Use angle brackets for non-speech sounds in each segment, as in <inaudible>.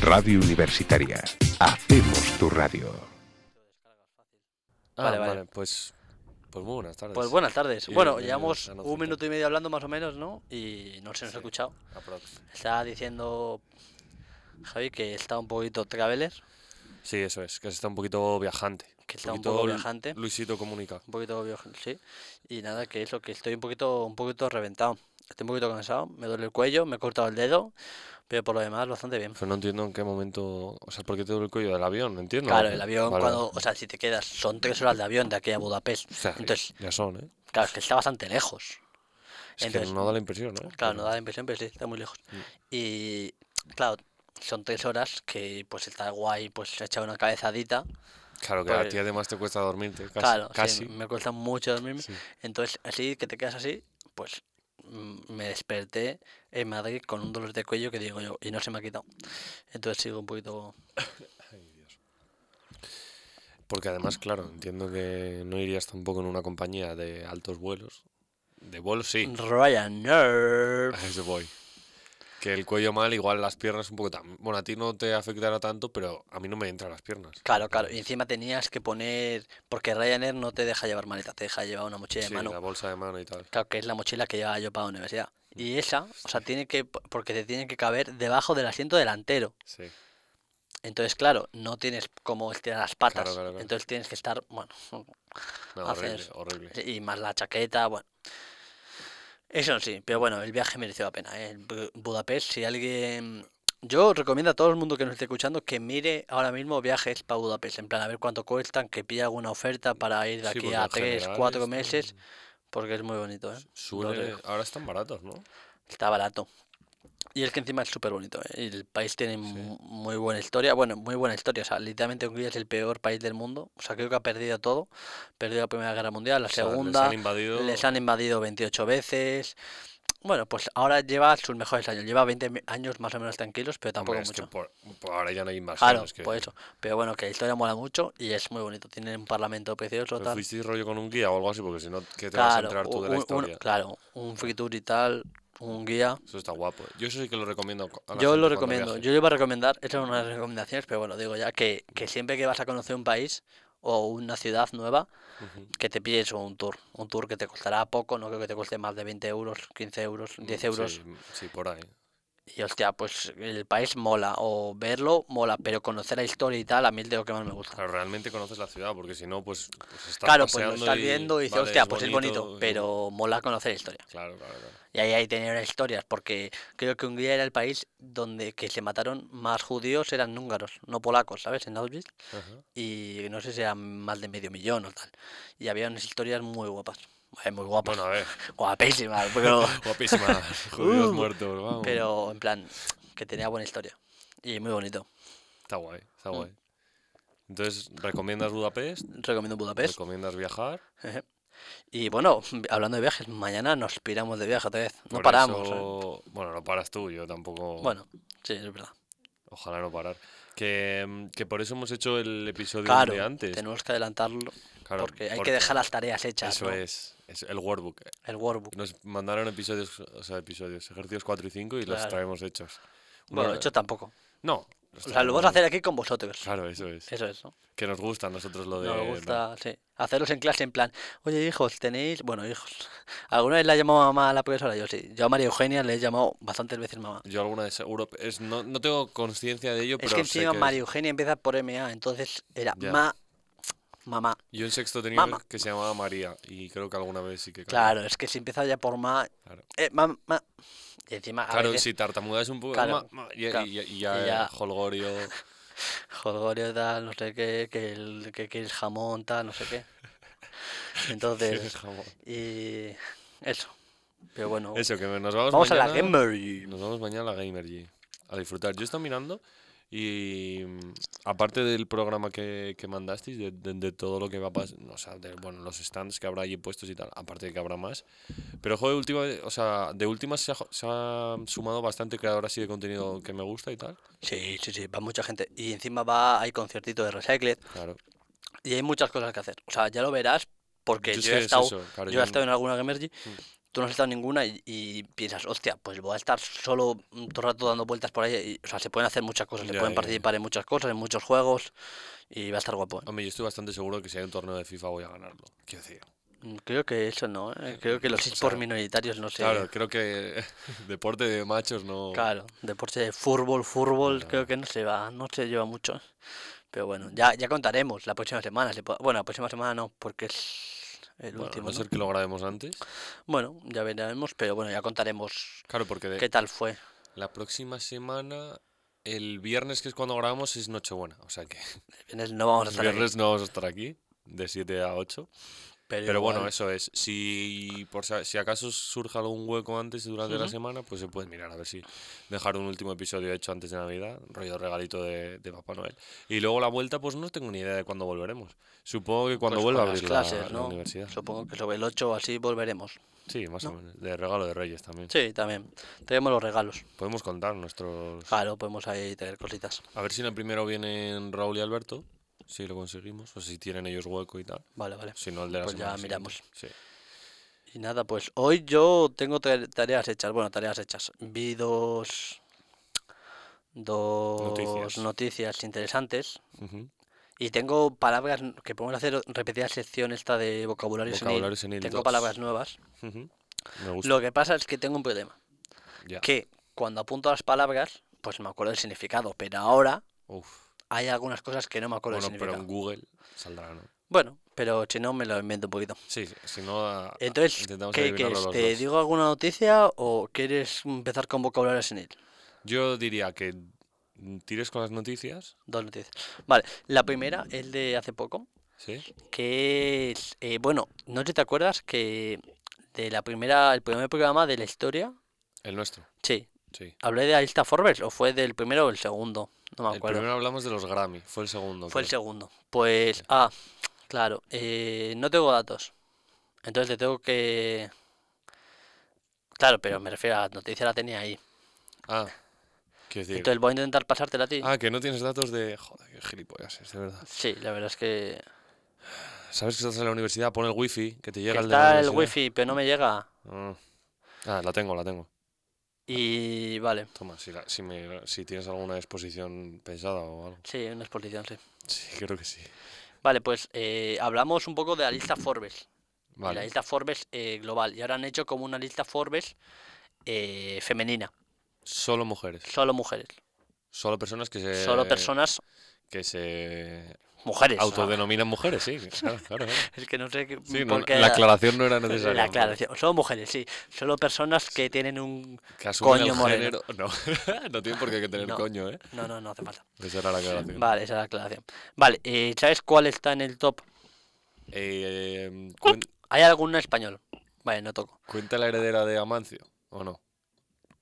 Radio Universitaria. Hacemos tu radio. Ah, Vale, vale, vale. pues, pues muy buenas tardes. Pues buenas tardes. Y Bueno, bienvenidos llevamos a No un Filtro. minuto y medio hablando más o menos, ¿no? Y no se nos Sí. ha escuchado. Aprox. Está diciendo Javi que está un poquito traveler, Sí, eso es, que está un poquito viajante. que está un poco Lu- viajante, Luisito comunica. un poquito vio- sí. Y nada, que es lo que estoy un poquito, un poquito reventado. Estoy un poquito cansado, me duele el cuello, me he cortado el dedo, pero por lo demás bastante bien. Pero no entiendo en qué momento. O sea, ¿por qué te duele el cuello del avión? No entiendo. Claro, el avión Vale, vale. cuando, o sea, si te quedas, son tres horas de avión de aquí a Budapest. O sea, Entonces, ya son, ¿eh? claro, es que está bastante lejos. Es entonces- que no da la impresión, ¿eh? Claro, no Pero- da la impresión, pero sí, está muy lejos. Mm. Y claro, son tres horas que pues está guay, pues echar una cabezadita. Claro, que a Pues- ti además te cuesta dormirte. Casi. claro, sí, casi. me cuesta mucho dormirme. Sí. Entonces, así que te quedas así, pues mm, me desperté en Madrid con un dolor de cuello que digo yo, y no se me ha quitado. Entonces sigo un poquito... Porque además, claro, entiendo que no irías tampoco en una compañía de altos vuelos. De vuelos sí, <laughs> Ryanair. a eso voy. Que el cuello mal, igual las piernas un poco tan... Bueno, a ti no te afectará tanto, pero a mí no me entran las piernas. Claro, claro. Y encima tenías que poner... Porque Ryanair no te deja llevar maleta, te deja llevar una mochila de Sí, mano. la bolsa de mano y tal. Claro, que es la mochila que llevaba yo para la universidad. Mm. Y esa, o sea, tiene que, po- porque te tiene que caber debajo del asiento delantero. Sí. Entonces, claro, no tienes como estirar las patas. claro, claro. Entonces tienes que estar, bueno, No, Hacer- horrible, horrible. y más la chaqueta, bueno. Eso sí, pero bueno, el viaje mereció la pena, ¿eh? El Bu- Budapest, si alguien... Yo recomiendo a todo el mundo que nos esté escuchando que mire ahora mismo viajes para Budapest, en plan a ver cuánto cuestan, que pilla alguna oferta para ir de Sí, aquí porque a en tres, general cuatro están- meses, porque es muy bonito, ¿eh? suele- Lo dejo. Ahora están baratos, ¿no? Está barato. Y es que encima es súper bonito, ¿eh? Y El país tiene mu- muy buena historia. Bueno, muy buena historia. O sea, literalmente Hungría es el peor país del mundo. O sea, creo que ha perdido todo. Perdió la Primera Guerra Mundial, la O sea, les Segunda. han invadido... Les han invadido 28 veces. Bueno, pues ahora lleva sus mejores años. Lleva 20 me- años más o menos tranquilos, pero tampoco Hombre, es Pues que mucho. por, por ahora ya no hay invasiones. Claro, que... por eso. Pero bueno, que la historia mola mucho y es muy bonito. Tienen un parlamento precioso, Pero tal. fuisteis rollo con un guía o algo así, porque si no, ¿qué Pues te vas a Claro, entrar tú de un- la un- historia? claro, un free tour y tal, un guía. Eso está guapo. Yo eso sí que lo recomiendo. a la Yo lo gente cuando recomiendo, viaje. yo lo iba a recomendar, esta es una de las recomendaciones, pero bueno, digo ya que, que siempre que vas a conocer un país o una ciudad nueva, Ujú. que te pilles un tour, un tour que te costará poco, no creo que te cueste más de 20 euros, 15 euros, 10 euros, Mm, Sí, sí, por ahí. y hostia, pues el país mola, o verlo mola, pero conocer la historia y tal, a mí es de lo que más me gusta. Claro, realmente conoces la ciudad, porque si no, pues, pues estás Claro, pues lo paseando estás viendo y dices, vale, hostia, pues es bonito, y- pero mola conocer la historia. Claro, claro, claro. Y ahí, ahí tenían historias, porque creo que Hungría era el país donde que se mataron más judíos eran húngaros, no polacos, ¿sabes? En Auschwitz. Ajá. Y no sé si eran más de medio millón o tal. Y había unas historias muy guapas. Eh, Muy guapas. Bueno, <laughs> a ver, Guapísimas, <laughs> pero, guapísima. <laughs> Judíos Uh, muertos, vamos. pero en plan, que tenía buena historia. Y muy bonito. Está guay, está Mm. guay. Entonces, ¿recomiendas Budapest? Recomiendo Budapest. ¿Recomiendas viajar? Jeje. Y bueno, hablando de viajes, mañana nos piramos de viaje otra vez. No Por paramos. ¿eh? eso- Bueno, no paras tú, yo tampoco. Bueno, sí, es verdad. Ojalá no parar. Que, mm, que por eso hemos hecho el episodio de Claro, antes. tenemos que adelantarlo Claro, porque hay que dejar las tareas hechas, Eso ¿no? es, es el workbook. El workbook. Nos mandaron episodios, o sea, episodios, ejercicios 4 y 5 y los Claro. traemos hechos. Uno- Bueno, hecho tampoco. No. O los sea, lo traemos vamos a hacer nosotros. aquí con vosotros. Claro, eso es. Eso es, ¿no? Que nos gusta a nosotros lo de... Nos gusta, sí. Hacerlos en clase en plan, oye, hijos, tenéis... Bueno, hijos. <laughs> ¿Alguna vez la ha llamado mamá a la profesora? Yo sí. Yo a María Eugenia le he llamado bastantes veces mamá. Yo alguna de seguro... Es, no, no tengo conciencia de ello, pero es que sé encima es- María Eugenia empieza por MA, entonces era Ya. ma... Mamá. Yo en sexto tenía Mama. que se llamaba María y creo que alguna vez sí que... Claro, es que si empieza ya por ma... Claro. Eh, mamá. Y encima... A Claro, veces, si tartamudas un poco... Claro, ma- ma- y, claro. y- y ya, Y ya- <laughs> jolgorio... jolgorio, tal, no sé qué, que el, que, que el jamón, tal, no sé <laughs> qué. Entonces... jamón. y... Eso. Pero bueno... Eso, que nos vamos Vamos a la mañana- Gamer. Nos vamos mañana a la Gamergy a disfrutar. Yo estoy mirando y mm, aparte del programa que, que mandasteis, de, de- de todo lo que va a pasar, o sea, de bueno, los stands que habrá allí puestos y tal, aparte de que habrá más, pero joder, última, o sea, de últimas se ha, jo- se ha sumado bastante creador así de contenido que me gusta y tal. Sí, sí, sí, va mucha gente. Y encima va, hay conciertito de Recycled Claro. y hay muchas cosas que hacer. O sea, ya lo verás porque yo, Yo es que he es estado, eso, Mm. claro, yo he yo- estado en alguna Gamergy tú no has estado en ninguna y, y piensas, hostia, pues voy a estar solo mm, todo el rato dando vueltas por ahí. y, o sea, se pueden hacer muchas cosas, se Ya, pueden ya, ya. participar en muchas cosas, en muchos juegos y va a estar guapo. ¿eh? Hombre, yo estoy bastante seguro que si hay un torneo de FIFA voy a ganarlo. Quiero decir. Mm, Creo que eso no, ¿eh? creo que los o esports sea, minoritarios no sé. Claro, creo que <laughs> deporte de machos no. Claro, deporte de fútbol, fútbol, creo que no se va, no se lleva mucho. Pero bueno, ya, ya contaremos la próxima semana. se po- bueno, la próxima semana no, porque es el Bueno, a último. no ¿no? ser que lo grabemos antes. Bueno, ya veremos, pero bueno, ya contaremos Claro, porque de- qué tal fue. la próxima semana, el viernes que es cuando grabamos, es Nochebuena. O sea que El viernes no vamos a el estar aquí, viernes no vamos a estar aquí, de 7 a 8. pero Pero bueno, igual- eso es. Si, por, sa- si acaso surja algún hueco antes y durante la Ujú. semana, pues se puede mirar a ver si dejar un último episodio hecho antes de Navidad, rollo regalito de, de Papá Noel. Y luego la vuelta, pues no tengo ni idea de cuándo volveremos. Supongo que cuando pues vuelva a con las abrir la, clases, la ¿no? universidad. Supongo que sobre el 8 o así volveremos. Sí, más o menos. De regalo de Reyes también. Sí, también. Tenemos los regalos. Podemos contar nuestros. Claro, podemos ahí tener cositas. A ver si en el primero vienen Raúl y Alberto, si lo conseguimos, o si tienen ellos hueco y tal. Vale, vale. Si no, el de la Pues ya semana siguiente. miramos. Sí. Y nada, pues hoy yo tengo ta- tareas hechas. Bueno, tareas hechas. Vi dos, dos Noticias. noticias interesantes. Ujú. Y tengo palabras n- que podemos hacer, repetir la sección esta de vocabulario senil. Vocabulario senil Tengo dos. palabras nuevas. Ujú. Me gusta. Lo que pasa es que tengo un problema. Ya. Que cuando apunto las palabras, pues me acuerdo del significado. Pero ahora Uf. hay algunas cosas que no me acuerdo del Bueno, pero en significado. Google saldrá, ¿no? Bueno, pero si no, me lo invento un poquito. Sí, sí, si no, a- a- Entonces, Ah, intentamos ¿qué adivinarlo quieres? los ¿Te dos. digo alguna noticia o quieres empezar con vocabulario senil? Yo diría que mm, tires con las noticias, Dos noticias. Vale, la primera es de hace poco, ¿sí? que es, eh, bueno, no sé si te acuerdas que de la primera, el primer programa de la historia, El nuestro, sí, sí. hablé de la lista Forbes, o fue del primero o el segundo, no me El acuerdo, primero hablamos de los Grammy, fue el segundo. fue el creo. segundo. Pues, ah, claro, eh, no tengo datos, entonces te tengo que... Claro, pero me refiero a la noticia la tenía ahí. Ah, quiero decir. Entonces voy a intentar pasártela a ti. Ah, que no tienes datos de. Joder, qué gilipollas es, de verdad. Sí, la verdad es que... Sabes que estás en la universidad, pon el wifi, que te llega que el de la está el universidad. wifi, pero no me llega. Ah. Ah, la tengo, la tengo. Y vale, Toma, si, la- si, me- si tienes alguna exposición pensada o algo. <laughs> sí, una exposición, sí. Sí, creo que sí. Vale, pues eh, hablamos un poco de la lista Forbes, de la Vale. lista Forbes eh, global. Y ahora han hecho como una lista Forbes eh, femenina, Solo mujeres. solo mujeres, Solo personas que se. solo personas Que se mujeres. ah, Autodenominan mujeres, sí, claro, claro. claro. <laughs> es que no sé qué- Sí, no, por qué la la- aclaración no era la necesaria. ¿no? aclaración, Solo mujeres, sí. Solo personas que tienen un... Que asumen Coño el moreno. género- <laughs> No, no tiene por qué que tener No. coño, ¿eh? No, no, no hace falta. Esa era la aclaración. Vale, esa es la aclaración. Vale, eh, ¿sabes cuál está en el top? Eh, cuen- ¿Hay alguna español? Vale, no toco. ¿Cuenta la heredera de Amancio o no?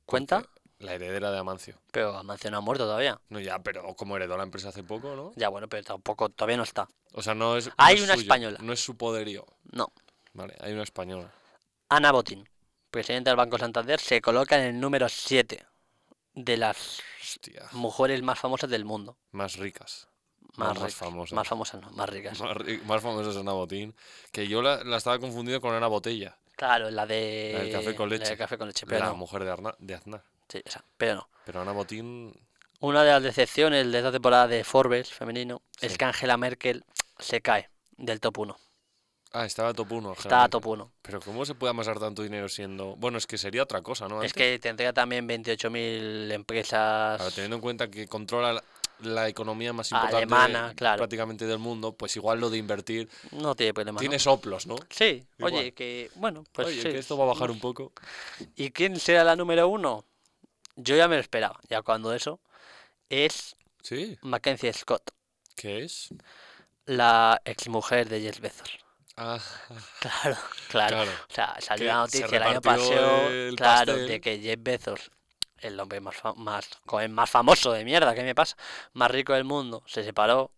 ¿Cuenta? La heredera de Amancio. Pero Amancio no ha muerto todavía. No, ya, pero como heredó la empresa hace poco, ¿no? Ya, bueno, pero tampoco, todavía no está. O sea, no es. no Hay es una suyo, española. No es su poderío. No. Vale, hay una española. Ana Botín, presidenta del Banco Santander, se coloca en el número 7 de las Hostia. mujeres más famosas del mundo. Más ricas. No, Más, más ricas. famosas. Más famosas, no, más ricas. Más, ri- más famosa es Ana Botín. Que yo la, la estaba confundiendo con Ana Botella, Claro, la de. La del café con la del leche. café con leche, pero la no. mujer de, Arna- de Aznar. Sí, esa, pero no. Pero Ana Botín. Una de las decepciones de esta temporada de Forbes femenino es Sí. que Angela Merkel se cae del top 1. Ah, estaba top 1. Está a top 1. Pero ¿cómo se puede amasar tanto dinero siendo...? Bueno, es que sería otra cosa, ¿no? Es Antes. que tendría también 28.000 Ahora, empresas. teniendo en cuenta que controla la, la economía más importante Alemana, claro. prácticamente del mundo, pues igual lo de invertir No tiene problema. ¿no? tiene soplos, ¿no? Sí, Igual. oye, que. Bueno, pues Oye, sí. que esto va a bajar un poco. ¿Y quién será la número uno? Yo ya me lo esperaba, ya cuando eso. Es Sí, Mackenzie Scott, ¿qué es? la exmujer de Jeff Bezos. Ah, <laughs> Claro, claro. Claro, O sea, salió que la se noticia el año repartió pasado, el claro, de pastel. que Jeff Bezos, el hombre más, fa- más, joven, más famoso de mierda, ¿qué me pasa? Más rico del mundo, se separó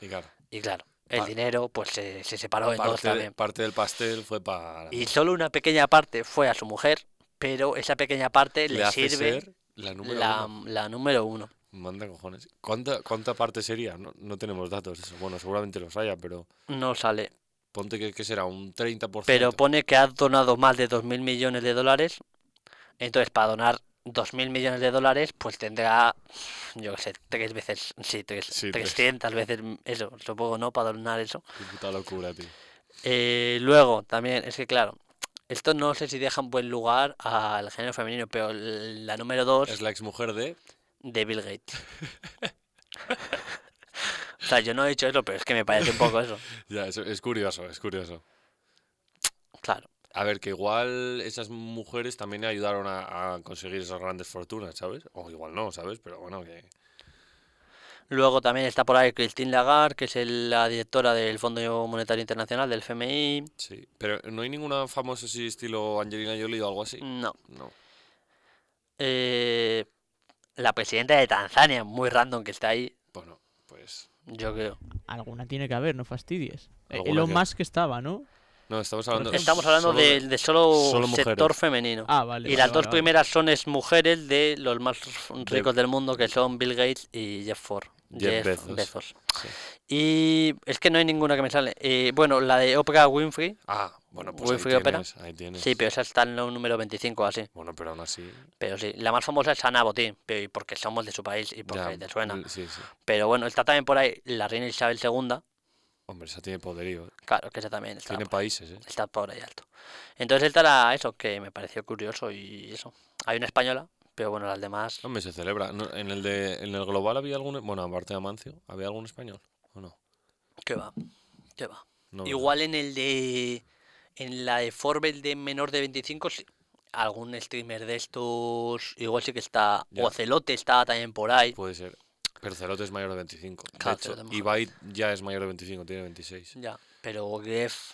y claro, y claro, el Pa- dinero pues se, se separó en dos parte, de- también. parte del pastel fue para... Y solo una pequeña parte fue a su mujer, pero esa pequeña parte le, Le hace sirve ser la número la, uno. la número uno. Manda cojones. ¿Cuánta, cuánta parte sería? No, no tenemos datos. de eso. Bueno, seguramente los haya, pero... No sale. ponte que, que será un 30%. Pero pone que has donado más de 2.000 millones de dólares. Entonces, para donar 2.000 millones de dólares, pues tendrá, yo qué sé, tres veces, sí, tres, Sí, tres. 300 veces eso, supongo, ¿no? Para donar eso. Qué puta locura, tío. Eh, luego, también, es que claro, esto no sé si deja en buen lugar al género femenino, pero el- la número dos Es la exmujer de. de Bill Gates. <laughs> o sea, yo no he hecho eso, pero es que me parece un poco eso. Ya, es, es curioso, es curioso. Claro. A ver, que igual esas mujeres también ayudaron a, a conseguir esas grandes fortunas, ¿sabes? O igual no, ¿sabes? Pero bueno, que. Luego también está por ahí Christine Lagarde, que es el- la directora del Fondo Monetario Internacional, del FMI. Sí. Pero no hay ninguna famosa así estilo Angelina Jolie o algo así. No. No. Eh, la presidenta de Tanzania, muy random que está ahí, Bueno, pues. yo creo. Alguna tiene que haber, no fastidies. Eh, Alguna Elon que- Musk estaba, ¿no? No, estamos hablando. Estamos hablando Pues solo de, de solo, solo sector mujeres. femenino. Ah, vale. y vale, las vale, dos vale. primeras son es mujeres de los más ricos del mundo, que son Bill Gates y Jeff Ford. Jeff Bezos. Sí. Y es que no hay ninguna que me sale. Eh, bueno, la de Oprah Winfrey, Ah, bueno, pues Winfrey ahí Opera. tienes, ahí tienes. sí, pero esa está en el número 25 o así. Bueno, pero aún así. Pero sí, la más famosa es Ana Botín, pero y porque somos de su país y porque ya, te suena. l- Sí, sí. Pero bueno, está también por ahí la reina Isabel II, Hombre, esa tiene poderío. ¿eh? claro, que esa también está, Tiene por, países, ¿eh? está por ahí alto. Entonces esta era eso, que me pareció curioso y eso. Hay una española, pero bueno, las demás... Hombre, se celebra. No, en, el de, en el global había algún. Bueno, aparte de Amancio, ¿había algún español? ¿O no? ¿Qué va? ¿Qué va? No, ¿verdad? Igual en el de... En la de Forbes de menor de 25, sí. Algún streamer de estos, igual sí que está... Ya. Ocelote está también por ahí. Puede ser. Pero Celote es mayor de 25. De Claro, hecho, Celote es mayor de Ibai ya es mayor de 25, tiene 26. Ya, pero Jeff...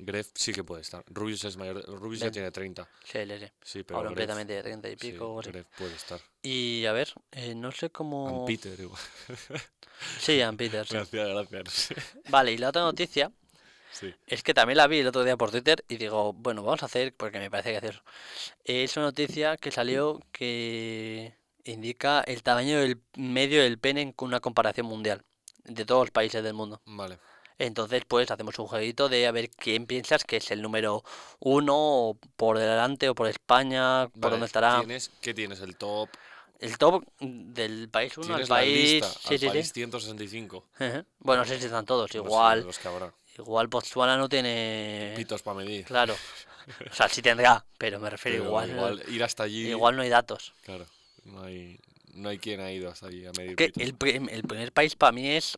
Gref sí que puede estar. Rubius es mayor. Rubius ya Ven. tiene 30. Sí, sí, sí. Sí, pero. Ahora Gref- completamente de 30 y sí, pico. o así. Gref puede estar. Y a ver, eh, no sé cómo. And Peter, igual. Sí, Ann Peter, <laughs> <laughs> sí. Gracias, gracias. <laughs> Vale, y la otra noticia Sí. es que también la vi el otro día por Twitter y digo, bueno, vamos a hacer, porque me parece gracioso. Es una noticia que salió que indica el tamaño del medio del pene en una comparación mundial de todos los países del mundo. Vale. Entonces, pues hacemos un jueguito de a ver quién piensas que es el número uno, o por delante, o por España, por Vale, dónde estará. ¿Tienes, ¿Qué tienes? El top. El top del país uno al Tienes la país. lista. Sí, sí, al sí. país 165. Ajá. Bueno, no sé si están todos, No sé, igual, Pues los que habrá. igual Botswana no tiene, Pitos para medir. claro, o sea, sí tendrá, pero me refiero Pero igual, igual ir hasta allí. igual no hay datos. Claro. No hay, no hay quien ha ido hasta allí a medir. Que pitos. el, prim- el primer país para mí es,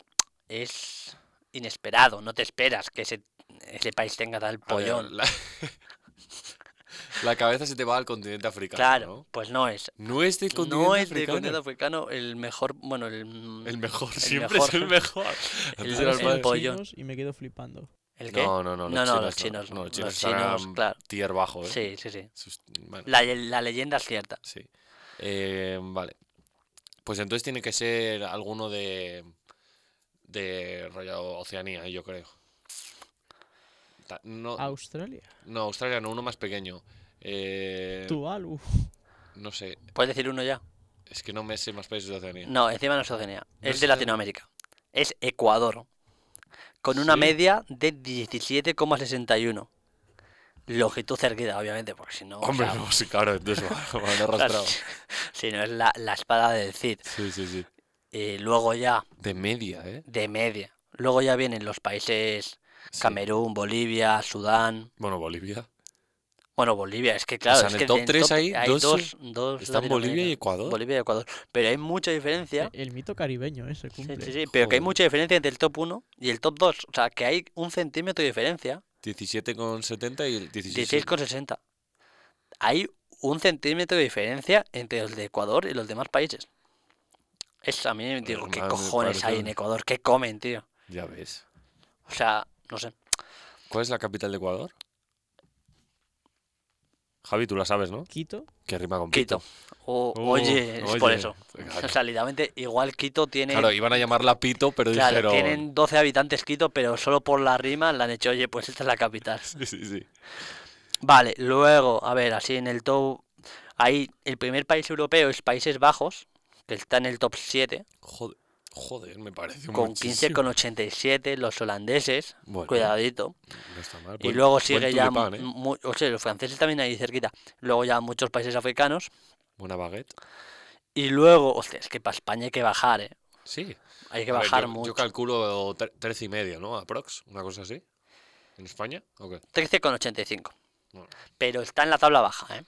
es inesperado, no te esperas que ese, ese país tenga tal A ver, pollón. La... <laughs> la cabeza se te va al continente africano. claro, ¿no? pues no es, No es del continente no es del africano. <laughs> continente africano el mejor, bueno, el, El mejor, El siempre mejor. es el mejor. Antes Ahora era el sé el más- los pollo. chinos Y me quedo flipando. ¿el qué? No, no, no, los No, no, los chinos chinos no. no, los chinos los chinos, estarán claro. tier bajo, ¿eh? Sí, sí, sí. Sus- bueno, La, la leyenda es cierta. sí. Eh, vale. Pues entonces tiene que ser alguno de. de rollo Oceanía, yo creo. Ta- No, Australia. no, Australia no, uno más pequeño. Eh, Tuvalu. No sé, ¿Puedes decir uno ya? es que no me sé más países de Oceanía. No, encima no es Oceanía, No es es de Oceanía. Latinoamérica. Es Ecuador, con una ¿Sí? media de 17,61. Longitud cerquita, obviamente, porque si no. <laughs> o <laughs> Hombre, sea, no, sí, claro, entonces <laughs> van van o sea, arrastrado. <laughs> si no es la, la espada del Cid. Sí, sí, sí. Y luego ya, De media, ¿eh? de media. Luego ya vienen los países Sí. Camerún, Bolivia, Sudán. Bueno, Bolivia. Bueno, Bolivia, es que claro, sea, es en que el top del tres hay dos- dos, dos Están Bolivia y latinoamericanos. Ecuador. Bolivia y Ecuador. Pero hay mucha diferencia. Eh, El mito caribeño, ese Sí, cumple. sí, sí, pero que hay Joder. mucha diferencia entre el top 1 y el top 2. O sea, que hay un centímetro de diferencia. 17,70 y el 16. 16,60. Hay un centímetro de diferencia entre los de Ecuador y los demás países. Es a mí me digo, ¿qué Hermano, me cojones hay en parece- Ecuador? ¿Qué comen, tío? Ya ves. O sea, no sé. ¿Cuál es la capital de Ecuador? Javi, tú la sabes, ¿no? Quito. Que rima con Quito. O- Uh, oye, es por oye, eso. claro. O sea, literalmente, igual Quito tiene. Claro, iban a llamarla Pito, pero claro, dijeron... tienen 12 habitantes Quito, pero solo por la rima la han hecho, oye, pues esta es la capital. <laughs> Sí, sí, sí. Vale, luego, a ver, así en el top. Ahí, el primer país europeo es Países Bajos, que está en el top 7. Joder. Joder, me parece un con 15,87 los holandeses, Bueno. cuidadito. No está mal. Y Pues Buen- luego buen sigue ya, tulipán, ¿eh? mu- mu- o sea, los franceses también ahí cerquita. Luego ya muchos países africanos. Buena baguette. Y luego, hostia, es que para España hay que bajar, ¿eh? Sí. Hay que A ver, bajar yo, yo mucho. calculo tre- 13 y medio, ¿no? Aprox, una cosa así. ¿En España? ¿O qué? 13,85. Bueno. Pero está en la tabla baja, ¿eh?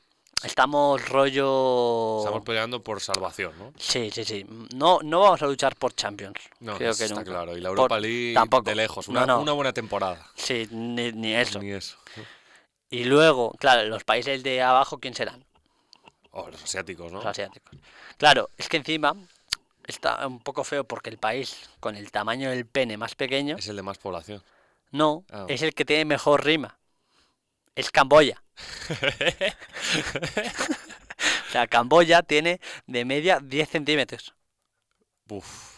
Estamos rollo... Estamos peleando por salvación, ¿no? Sí, sí, sí. No, no vamos a luchar por Champions. No, creo eso que está nunca. claro. Y la Por- Europa League tampoco. de lejos. No, Una, no. una buena temporada. Sí, ni, ni eso. Ni eso. <laughs> Y luego, claro, los países de abajo, ¿quién serán? O los asiáticos, ¿no? Los asiáticos. Claro, es que encima está un poco feo porque el país con el tamaño del pene más pequeño, Es el de más población. no, Ah. es el que tiene mejor rima. Es <laughs> Camboya. <laughs> o sea, Camboya tiene de media 10 centímetros. Uf.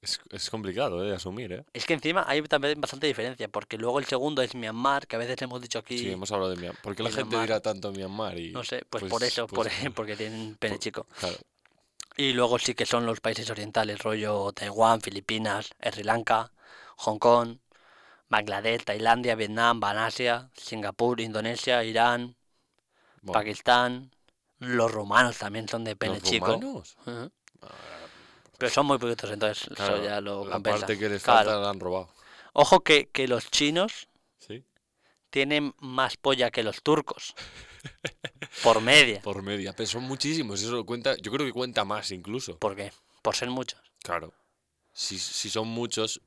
Es, es complicado ¿eh? de asumir, ¿eh? Es que encima hay también bastante diferencia, porque luego el segundo es Myanmar, que a veces hemos dicho aquí, Sí, hemos hablado de Myanmar. ¿Por qué la y gente Myanmar. dirá tanto Myanmar? Y, no sé, pues, pues- por eso, por- pues, <laughs> porque tienen pene chico. Claro. Y luego sí que son los países orientales, rollo Taiwán, Filipinas, Sri Lanka, Hong Kong, Bangladesh, Tailandia, Vietnam, Banasia, Singapur, Indonesia, Irán, Bueno, Pakistán. Los rumanos también son de pene ¿los chico. rumanos? Ah, Ujú. Pero son muy poquitos, entonces eso Claro, ya lo la compensa. parte que les Claro. falta la han robado. Ojo que, que los chinos Sí. Eh. tienen más polla que los <laughs> turcos. Por media. Por media. Pero son muchísimos. Eso cuenta. Yo creo que cuenta más incluso. ¿Por qué? Por ser muchos. Claro. Si, si son muchos.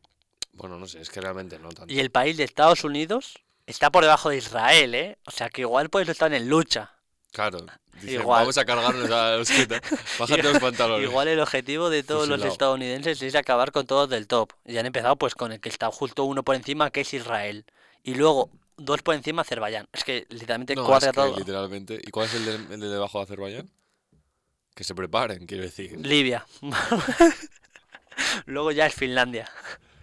Bueno, no sé, es que realmente no tanto. Y el país de Estados Unidos está por debajo de Israel, ¿eh? O sea que igual pues están en lucha. Claro. dicen, Igual. Vamos a cargarnos a los <laughs> que tal". Bájate los pantalones. Igual el objetivo de todos los Fusilado. estadounidenses es acabar con todos del top. Y han empezado pues con el que está justo uno por encima, que es Israel. Y luego dos por encima, Azerbaiyán. Es que literalmente No, cuadra es que todo. literalmente. ¿Y cuál es el de, el de debajo de Azerbaiyán? Que se preparen, quiero decir. Libia. <laughs> luego ya es Finlandia.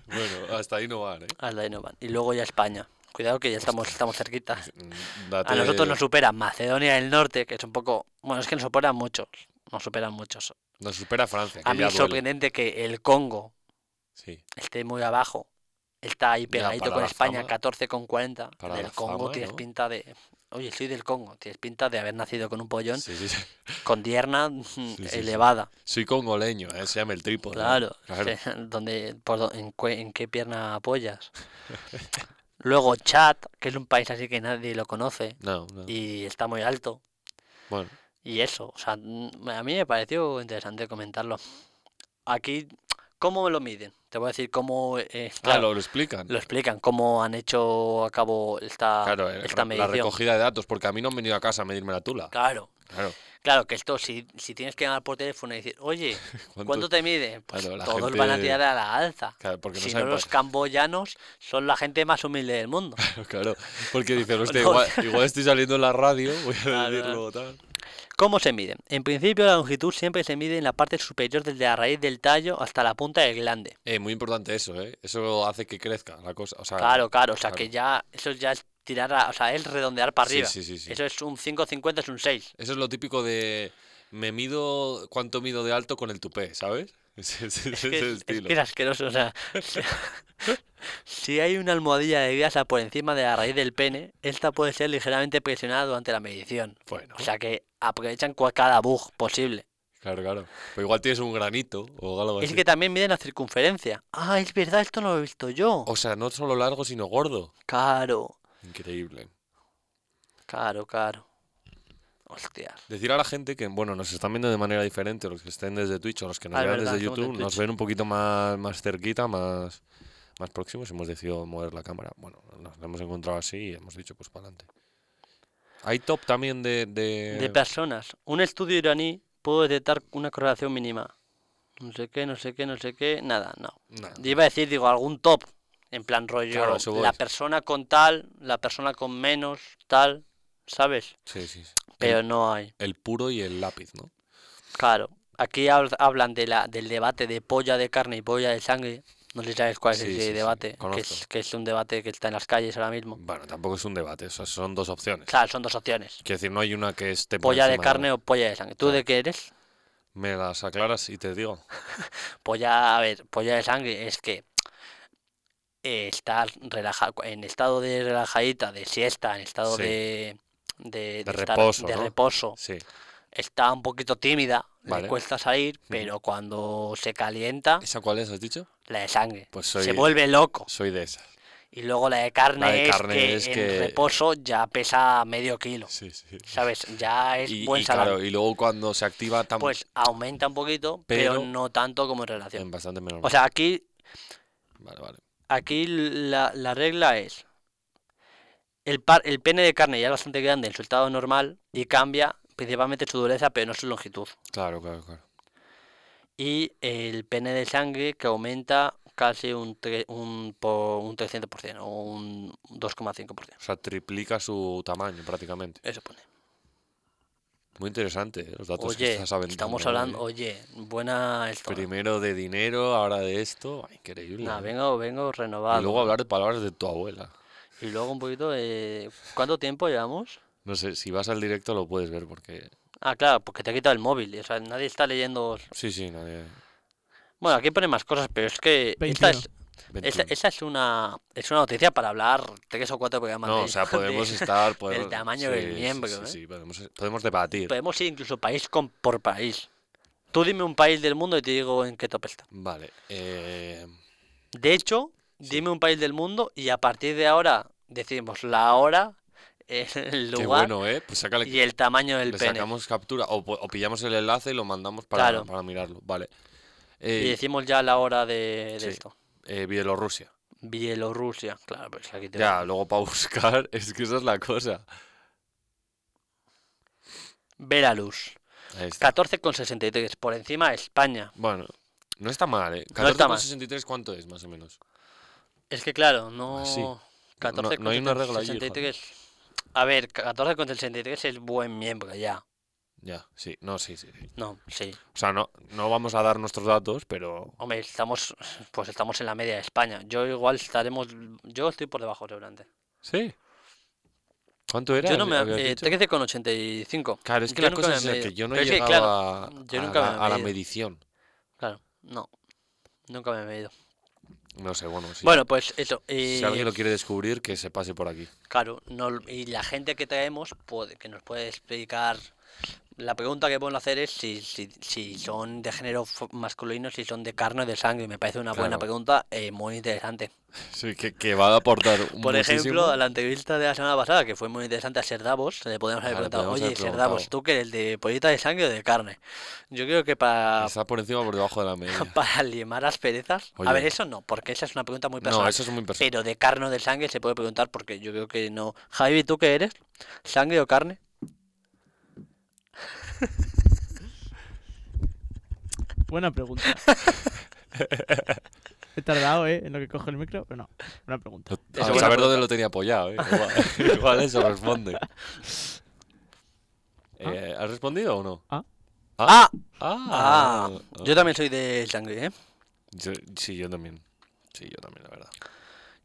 Bueno, hasta ahí no van, ¿eh? Hasta ahí no van. Y luego ya España. Cuidado que ya estamos, estamos cerquita. Mm, A date- nosotros nos supera Macedonia del Norte, que es un poco... Bueno, es que nos superan muchos. Nos superan muchos. nos supera Francia. Que A mí ya es duele. sorprendente que el Congo Sí. esté muy abajo. Está ahí pegadito para con la España, fama- 14,40. para Del la Congo fama, tienes ¿no? pinta de. Oye, soy del Congo, tienes pinta de haber nacido con un pollón, sí, sí, sí. con <laughs> dierna mm, sí, sí. elevada. Soy congoleño, ¿eh? se llama el trípode. ¿no? Claro. <laughs> Claro. o sea, ¿dónde- por dó- en, cue- en qué pierna apoyas? Luego Chad, que es un país así que nadie lo conoce No, no. y está muy alto. Bueno, ah, Y eso, o sea, mm, a mí me pareció interesante comentarlo. Aquí, ¿cómo lo miden? Te voy a decir cómo. eh, claro, claro, Ah, lo explican. lo explican, cómo han hecho a cabo esta, Claro, eh, esta la medición. recogida de datos, porque a mí no han venido a casa a medirme la tula. Claro, Claro. claro, que esto, si, si tienes que llamar por teléfono y decir, <laughs> oye, ¿Cuánto- ¿cuánto te mide? Pues Claro, la todos van a gente- tirar a la alza. Claro, porque no si no, saben <laughs> los pa- camboyanos son la gente más humilde del <laughs> mundo. Claro, porque dicen, <laughs> hostia, No, igual, igual estoy saliendo en la radio, voy a Claro, decirlo tal. ¿Cómo se mide? En principio, la longitud siempre se mide en la parte superior desde la raíz del tallo hasta la punta del glande. Eh, muy importante eso, ¿eh? Eso hace que crezca la cosa. O sea, Claro, claro, o sea claro. que ya, eso ya es tirar, a- o sea, es redondear para Sí, arriba. sí, sí, sí. Eso es un 5,50, es un 6. Eso es lo típico de. Me mido cuánto mido de alto con el tupé, ¿sabes? <laughs> Ese, ese- Es ese que, es- es estilo. que es asqueroso, o sea, <laughs> si- si hay una almohadilla de grasa por encima de la raíz del pene, esta puede ser ligeramente presionada durante la medición. Bueno, O sea que aprovechan cua- cada bug posible. claro, claro. Pero igual tienes un granito o algo Es así. que también miden la circunferencia. Ah, es verdad, esto no lo he visto yo. O sea, no solo largo, sino gordo. Claro, Increíble. claro, claro. Hostias. Decir a la gente que, bueno, nos están viendo de manera diferente, los que estén desde Twitch o los que nos Ah, es vean verdad, desde estamos en YouTube, nos Twitch. ven un poquito más, más cerquita, más, más próximos. Hemos decidido mover la cámara. Bueno, nos la hemos encontrado así y hemos dicho, pues para adelante. Hay top también de. de- De personas. Un estudio iraní pudo detectar una correlación mínima. No sé qué, no sé qué, no sé qué. Nada, no. Nah, Yo iba a decir, digo, algún top. En plan rollo, Claro, a eso voy. la persona con tal, la persona con menos, tal, ¿sabes? sí, sí, sí. Pero El, no hay. el puro y el lápiz, ¿no? Claro. Aquí hab- hablan de la, del debate de polla de carne y polla de sangre. No sé si sabes cuál es Sí, ese sí, sí, debate, que conozco. Mm. es, que es un debate que está en las calles ahora mismo. Bueno, tampoco es un debate, o sea, son dos opciones. Claro, son dos opciones. Quiero decir, no hay una que esté por Polla de encima la carne o polla de sangre. ¿Tú Claro. de qué eres? otra. Me las aclaras y te digo. Polla, a ver, polla de sangre es que eh, estás relaja- en estado de relajadita, de siesta, en estado Sí. de, de, de estar- reposo, de ¿no? reposo. Sí. Está un poquito tímida, Vale. le cuesta salir, pero cuando se calienta, ¿Esa cuál es, has dicho? la de sangre. Pues Ah. Se soy, vuelve loco. soy de esas. Y luego la de carne, de es, carne que es en que- reposo ya pesa medio kilo. Sí, sí. ¿Sabes? Ya es Y, buen y salami. claro, y luego cuando se activa tan Pues aumenta un poquito, pero, Pero- no tanto como en en relación. bastante menor. O sea, aquí vale, vale. Aquí la, la regla es, el, par- el pene de carne ya es bastante grande en su estado normal y cambia principalmente su dureza, pero no su longitud. Claro, claro, claro. Y el pene de sangre que aumenta casi un, tre- un, po- un 300% o un 2,5%. O sea, triplica su tamaño prácticamente. Eso pone. Muy interesante eh, los datos que Oye, estás aventando. estamos hoy, hablando, eh. oye, buena esto. ¿eh? Primero de dinero, ahora de esto. Ay, increíble. Nah, eh. vengo, vengo Y renovado. luego hablar de palabras de tu abuela. Y luego un poquito de... ¿Cuánto tiempo llevamos? No sé, si vas al directo lo puedes ver porque... Ah, claro, porque te ha quitado el móvil. y, O sea, nadie está leyendo... Sí, sí, nadie... Bueno, aquí pone más cosas, pero es que esta es, 21. esta, esta es una es una noticia para hablar tres o cuatro programas No, de- o sea, <laughs> de- podemos estar... Podemos... tamaño del miembro, Sí, ¿eh? sí, podemos, podemos debatir. podemos ir incluso país con, por país. Tú dime un país del mundo y te digo en qué top está. Vale. eh, De hecho, dime un país del mundo y a partir de ahora decimos la hora, el Qué lugar bueno, ¿eh? Pues sácale... y el tamaño del le pene. sacamos captura o, po- o pillamos el enlace y lo mandamos para, Claro. para mirarlo. Vale. Y Eh, decimos ya la hora de, de sí. esto. eh, Bielorrusia. Bielorrusia, claro, pues aquí te Ya, luego para buscar, <laughs> es que esa es la cosa. Veraluz, Ahí está. 14,63, por encima España. Bueno, no está mal, ¿eh? No está mal. 14,63, ¿cuánto es más o menos? Es que claro, no... Ah, sí. No- 14 no hay una regla allí, joder. A ver, 14 con 63 es buen miembro ya. Ya, sí, no, sí, sí. sí. No, sí. O sea, no, no vamos a dar nuestros datos, pero Hombre, estamos pues estamos en la media de España. Yo igual estaremos yo estoy por debajo seguramente. sí. ¿Cuánto era? Yo no el- me habías eh, dicho? 13 con 85. Claro, es que yo la nunca cosa me es he esa, medido. que yo no he Pero es que, llegado claro, a, yo a nunca me la, he a la medido. medición. Claro, no. Nunca me he medido. No sé, bueno, sí. Bueno, pues eso si y alguien lo quiere descubrir, que se pase por aquí. claro, no- y la gente que traemos puede, que nos puede explicar la pregunta que pueden hacer es si, si, si son de género fo- masculino, si son de carne o de sangre. Me parece una buena Claro. pregunta eh, muy interesante. Sí, que, que va a aportar Por muchísimo. ejemplo, a la entrevista de la semana pasada, que fue muy interesante a Serdavos, le podemos haber Ah, le preguntado, podemos haber oye, Serdavos, preguntado. ¿tú que eres de pollita de sangre o de carne? Yo creo que para, <laughs> Está por encima o por debajo de la media. para limar asperezas... A ver, Oye. eso no, porque esa es una pregunta muy personal. No, eso es muy personal. Pero de carne o de sangre se puede preguntar porque yo creo que no. Javi, ¿tú qué eres? ¿Sangre o carne? Buena <laughs> pregunta. He tardado, ¿eh? En lo que cojo el micro, pero no. Buena pregunta. A Eso saber bueno, dónde lo tenía <laughs> apoyado, ¿eh? Igual, igual eso responde. Eh, ¿Has respondido o no? Ah. ¡Ah! Ah, Ah, yo también soy de sangre, ¿eh? Yo- sí, yo también. Sí, yo también, la verdad.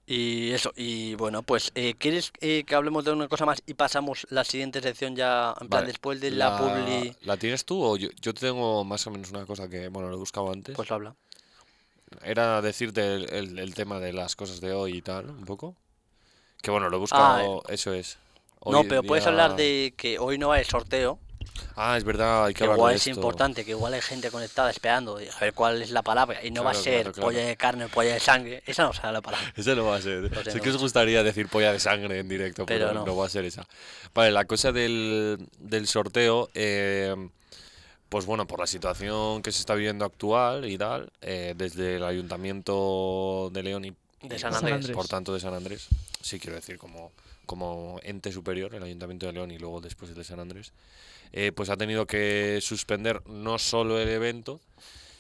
Y eso, y bueno, pues, eh, ¿quieres eh, que hablemos de una cosa más y pasamos la siguiente sección ya, en plan, Vale, después de la publi? ¿La tienes tú o yo, yo tengo más o menos una cosa que, bueno, lo he buscado antes. Pues habla. Era decirte el, el- el tema de las cosas de hoy y tal, un poco. Que bueno, lo he Ah, eh. buscado, eso es. No, Hoy pero puedes hablar día- de que hoy no va el sorteo, Ah, es verdad, hay que que hablar de igual es esto. importante, que igual hay gente conectada esperando y a ver cuál es la palabra, y no va a Claro, ser claro, claro. polla de carne o polla de sangre, esa no será la palabra. Esa no va a ser. Pues ya sé no. que os gustaría decir polla de sangre en directo, pero, Pero no. no. va a ser esa. Vale, la cosa del, del sorteo, eh, pues bueno, por la situación que se está viviendo actual y tal, eh, desde el Ayuntamiento de León y De y San por- Andrés. por tanto de San Andrés, sí quiero decir como, como ente superior, el Ayuntamiento de León y luego después el de San Andrés, eh, pues ha tenido que suspender no solo el evento,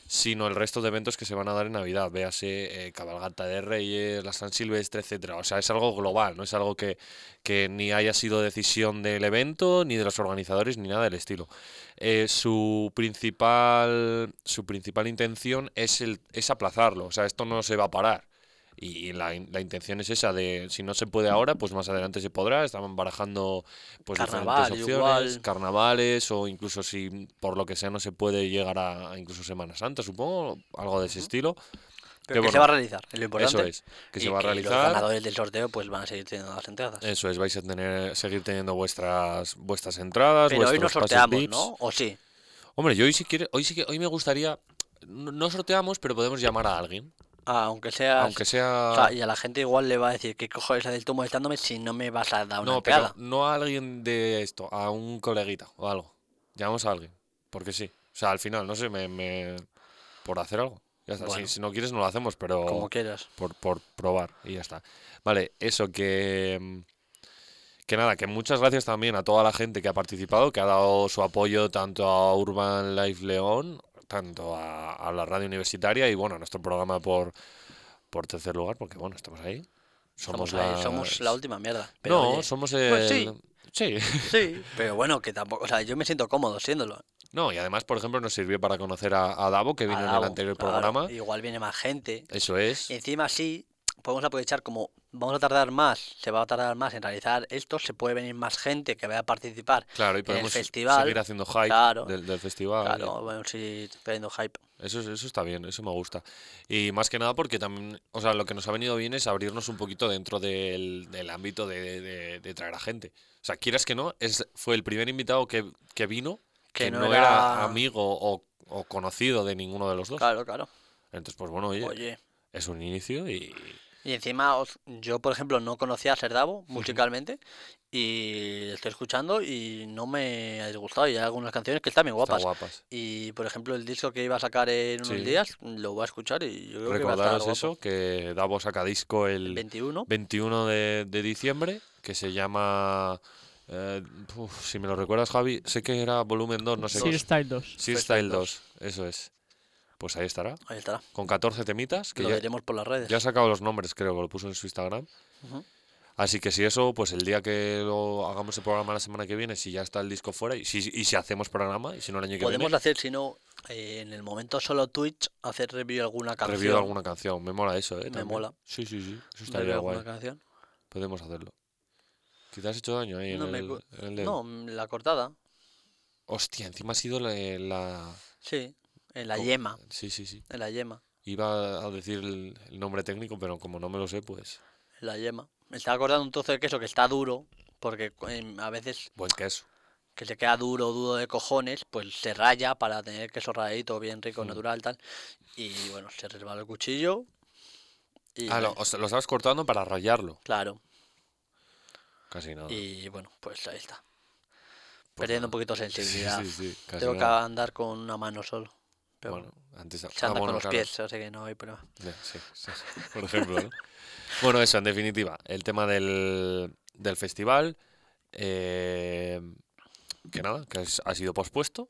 sino el resto de eventos que se van a dar en Navidad, véase eh, Cabalgata de Reyes, la San Silvestre, etcétera. O sea, es algo global, no es algo que, que ni haya sido decisión del evento, ni de los organizadores, ni nada del estilo. Eh, su principal su principal intención es el es aplazarlo, o sea, esto no se va a parar. Y la, in- la intención es esa de si no se puede ahora, pues más adelante se podrá. Estaban barajando pues diferentes Carnaval, opciones, igual. carnavales o incluso si por lo que sea no se puede llegar a, a incluso Semana Santa, supongo, algo de ese estilo. Pero que bueno, se va a realizar, es lo importante. Eso es, que se Y va a los realizar. ganadores del sorteo pues van a seguir teniendo las entradas. Eso es, vais a tener, seguir teniendo vuestras vuestras entradas, Pero hoy no vuestros pases sorteamos, VIPs. ¿no? ¿O sí? Hombre, yo hoy si quiere, hoy sí que hoy me gustaría no no sorteamos, pero podemos llamar a alguien, Ah, aunque sea... aunque sea o sea, y a la gente igual le va a decir, ¿qué cojones haces tú molestándome si no me vas a dar una no, pero entrada? no a alguien de esto, a un coleguita o algo. Llamamos a alguien, porque sí. O sea, al final no sé, me, me- por hacer algo. Ya está. Si- Bueno. Si, no quieres no lo hacemos, pero Como quieras. por, por probar y ya está. Vale, eso que. mm, Que nada, que muchas gracias también a toda la gente que ha participado, que ha dado su apoyo tanto a Urban Life León, tanto a, a la radio universitaria y bueno, a nuestro programa por, por tercer lugar, porque bueno, estamos ahí. Somos, Somos, ahí, las- somos la última mierda. Pero No, oye, somos pues sí. el- Sí. <laughs> <laughs> Sí, pero bueno, que tampoco... O sea, yo me siento cómodo siéndolo. No, y además, por ejemplo, nos sirvió para conocer a, a Davo, que vino Ah, en el Davo, anterior claro, programa. Igual viene más gente. Eso es. Y encima sí, podemos aprovechar como vamos a tardar más, se va a tardar más en realizar esto, se puede venir más gente que vaya a participar. Claro, y el podemos festival, seguir haciendo hype claro. del, del festival. Claro, bueno, sí, trayendo hype. Eso, es- eso está bien, eso me gusta. Y más que nada porque también, o sea, lo que nos ha venido bien es abrirnos un poquito dentro del, del ámbito de, de- de traer a gente. O sea, quieras que no, es, fue el primer invitado que, que vino Que que, no no, era... era- amigo o, o conocido de ninguno de los dos. Claro, claro. Entonces, pues bueno, oye, Oye. es un inicio y... Y encima, os- yo por ejemplo no conocía a Serdavo musicalmente y estoy escuchando y no me ha disgustado. Y hay algunas canciones que están bien está guapas. guapas. Y por ejemplo, el disco que iba a sacar en unos Sí. días lo voy a escuchar y yo creo que va a estar Recordaros guapo. eso, que Davo saca disco El el 21. 21 de, de diciembre, que se llama... eh, uf, si me lo recuerdas, Javi, sé que era volumen 2, no sé Sir qué. Style 2. Sí, está el 2, eso es. Pues ahí estará, Ahí estará. con 14 temitas, que Lo ya, veremos por las redes. ya ha sacado los nombres, creo que lo puso en su Instagram. Ujú. Así que si eso, pues el día que lo hagamos el programa la semana que viene, si ya está el disco fuera, y si, y si hacemos programa, y si no el año que Podemos viene, hacer, si no, eh, en el momento solo Twitch, hacer review de alguna canción. review de alguna canción. Me mola eso, Me ¿eh? también. mola. Sí, sí, sí, eso review de estaría alguna guay. canción. Podemos hacerlo. Quizás has hecho daño ahí No en, me el, cu- en el dedo. No, mm, la cortada. Hostia, encima ha sido la, la- Sí, en la Co- yema. Sí, sí, sí. En la yema. Iba a decir el, el nombre técnico, pero como no me lo sé, pues... En la yema. Me estaba acordando un trozo de queso que está duro, porque cu- em, a veces Buen queso. que se queda duro, duro de cojones, pues se raya para tener queso rayadito, bien rico, Mm. natural, tal. Y bueno, se resbala el cuchillo. Y Ah, lo, bueno, o sea, lo estabas cortando para rayarlo. claro. Casi nada. Y bueno, pues ahí está. Pues Perdiendo un nada. poquito de Sí, sensibilidad. Sí, sí, casi Tengo que nada. andar con una mano solo. Pero Bueno, antes... se ah, anda bueno, con los claro. pies, así que no hay problema. Ya, sí, sí, sí, <laughs> por ejemplo, ¿no? Bueno, eso, en definitiva, el tema del, del festival, eh, que nada, que es- ha sido pospuesto.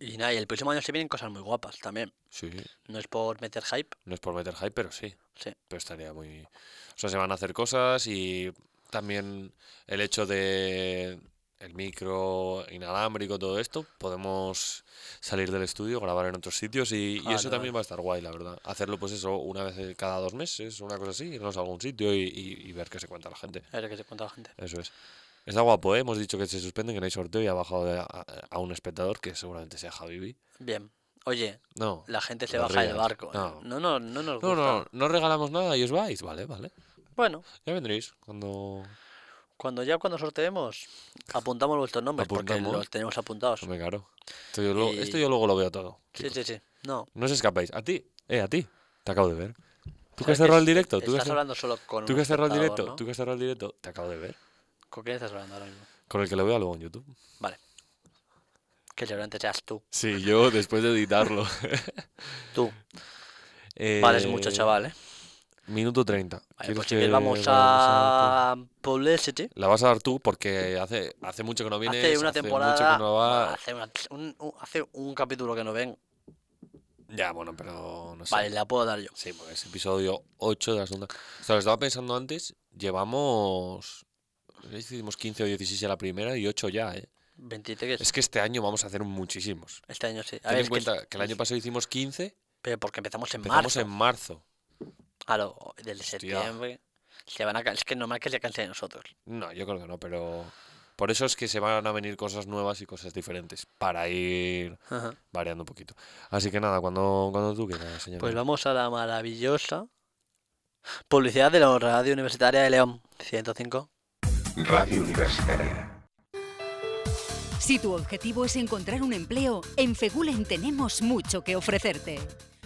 Y nada, y el próximo año se vienen cosas muy guapas también. Sí, sí, No es por meter hype, no es por meter hype, pero sí. sí. Pero estaría muy... O sea, se van a hacer cosas y también el hecho de el micro inalámbrico, todo esto, podemos salir del estudio, grabar en otros sitios y, y Ah, eso no, también va a estar guay, la verdad. Hacerlo pues eso una vez cada dos meses, una cosa así, irnos a algún sitio y, y- y ver qué se cuenta la gente. A ver qué se cuenta la gente. Eso es. Está guapo, ¿eh? Hemos dicho que se suspende, que no hay sorteo y ha bajado de- a, a un espectador que seguramente sea Javi. B. Bien. Oye, No. la gente se No baja del rías. barco. ¿eh? No. No, no, no nos No, gusta. no, no regalamos nada y os vais. Vale, vale. Bueno, Ya vendréis cuando... cuando ya cuando sorteemos, apuntamos vuestros nombres porque Apuntamos. los tenemos apuntados. Hombre, claro. Esto yo, luego, esto Y- yo luego lo veo todo. Sí, chicos. sí, sí. No. No os escapéis. A ti, eh, a ti. Te acabo de ver. Tú O sea, que has cerrado el es- directo, tú que has Estás cer- hablando solo con tú un que has cerrado el espectador, directo, ¿no? tú que has cerrado el directo, te acabo de ver. ¿Con quién estás hablando ahora mismo? Con el que lo veo luego en YouTube. Vale. Que seguramente seas tú. Sí, <laughs> yo después de editarlo. Tú. Vales mucho, Eh, chaval, ¿eh? Minuto 30. Vale, ¿Quieres pues si quieres que vamos vayamos a- a publicity. La vas a dar tú porque hace, hace mucho que no vienes. hace una mucho que temporada, no va- hace, una- un, un- hace un capítulo que no ven. Ya, bueno, pero no sé. Vale, la puedo dar yo. Sí, porque es episodio 8 de la segunda. O sea, lo estaba pensando antes, llevamos. no sé si Hicimos 15 o 16 en la primera y 8 ya, ¿eh? 23. Es que este año vamos a hacer muchísimos. Este año sí. A Ten ver, en es que- cuenta que, el año pasado hicimos 15, Pero porque empezamos en empezamos marzo. en marzo. a lo del septiembre. Se van a, ca- es que es normal que se canse de nosotros. No, yo creo que no, pero por eso es que se van a venir cosas nuevas y cosas diferentes para ir Ajá. variando un poquito. Así que nada, cuando, cuando tú quieras, señor. Pues mío. vamos a la maravillosa publicidad de la Radio Universitaria de León 105. Radio Universitaria. Si tu objetivo es encontrar un empleo, en Fegulen tenemos mucho que ofrecerte.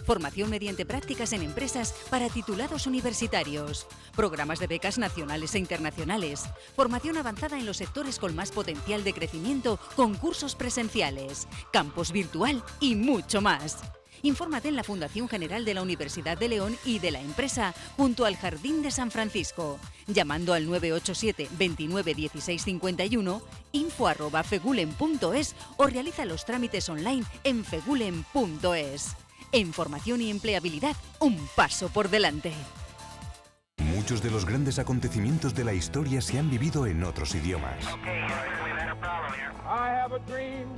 Formación mediante prácticas en empresas para titulados universitarios, programas de becas nacionales e internacionales, formación avanzada en los sectores con más potencial de crecimiento, concursos presenciales, campus virtual y mucho más. Infórmate en la Fundación General de la Universidad de León y de la empresa junto al Jardín de San Francisco, llamando al 987 29 16 51 info arroba fegulen.es o realiza los trámites online en fegulen.es. En formación y empleabilidad, un paso por delante. Muchos de los grandes acontecimientos de la historia se han vivido en otros idiomas.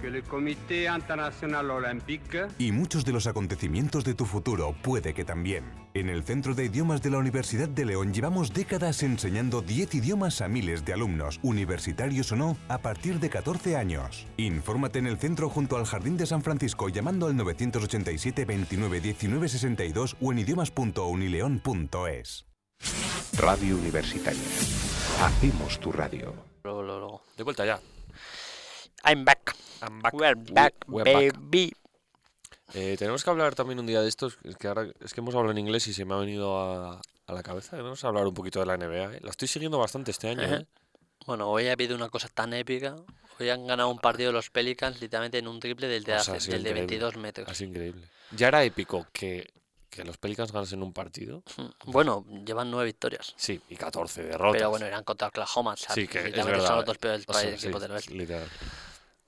que le Comité international olympique Y muchos de los acontecimientos de tu futuro puede que también. En el Centro de Idiomas de la Universidad de León llevamos décadas enseñando 10 idiomas a miles de alumnos, universitarios o no, a partir de 14 años. Infórmate en el centro junto al Jardín de San Francisco llamando al 987 29 19 62 o en idiomas.unileón.es. Radio Universitaria. Hacemos tu radio. Luego, luego, luego. De vuelta ya. I'm back. I'm back. We're We- back, we're back. baby. Eh, tenemos que hablar también un día de estos. Es que ahora es que hemos hablado en inglés y se me ha venido a, a la cabeza. Tenemos que hablar un poquito de la NBA. ¿eh? La estoy siguiendo bastante este año. Ajá. ¿eh? Bueno, hoy ha habido una cosa tan épica. Hoy han ganado un partido los Pelicans literalmente en un triple del de, O hace- sea, ha sido del de increíble. 22 metros. Ha sido increíble. Ya era épico que, que los Pelicans ganasen un partido. Mm, Bueno, llevan nueve victorias. Sí, y 14 derrotas. Pero bueno, eran contra Oklahoma. o sea, sí, que es literalmente son verdad. ¿eh? los dos peores O sea, países equipos sí, del oeste. literal.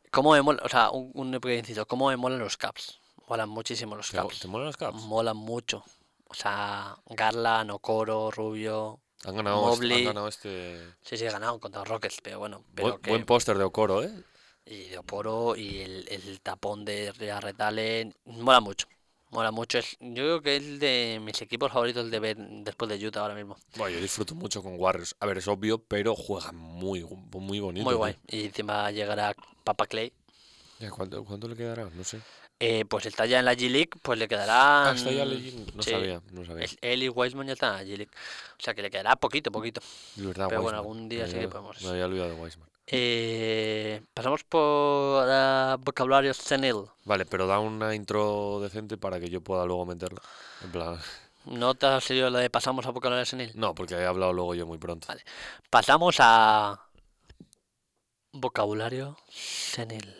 ¿Cómo me mola? O sea, un, un pequeño inciso. ¿Cómo me molan los Caps? Molan muchísimo los ¿Te, mo- Caps. te molan los Caps? Molan mucho. O sea, Garland, Okoro, Rubio. Han ganado, este- han Mobley. ganado este. Sí, sí, ganaron contra los Rockets, pero bueno. Pero Buen, que- buen póster de Okoro, ¿eh? y de Oporo y el, el tapón de Jarrett Allen. Mola mucho. Mola mucho. Es, yo creo que es de mis equipos favoritos de ver después de Utah ahora mismo. Bueno, yo disfruto mucho con Warriors. A ver, es obvio, pero juegan muy, gu- muy bonito. Muy tío. guay. Y encima llegará Papa Clay. Ya, ¿Cuánto, cuánto le quedará? No sé. Eh, pues está ya en la G-League, pues le Ah, quedará. está ya Legend. No sabía, no sabía. Él y Wiseman ya están en la G-League. O sea que le quedará poquito, poquito. De verdad, pero bueno, Wiseman. algún día Me sí que había- podemos- Me había olvidado de Wiseman. Eh, pasamos por ah, vocabulario senil. Vale, pero da una intro decente para que yo pueda luego meterla. En plan. <laughs> ¿No te ha salido la de pasamos a vocabulario senil? No, porque he hablado luego yo muy pronto. Vale. Pasamos a vocabulario senil.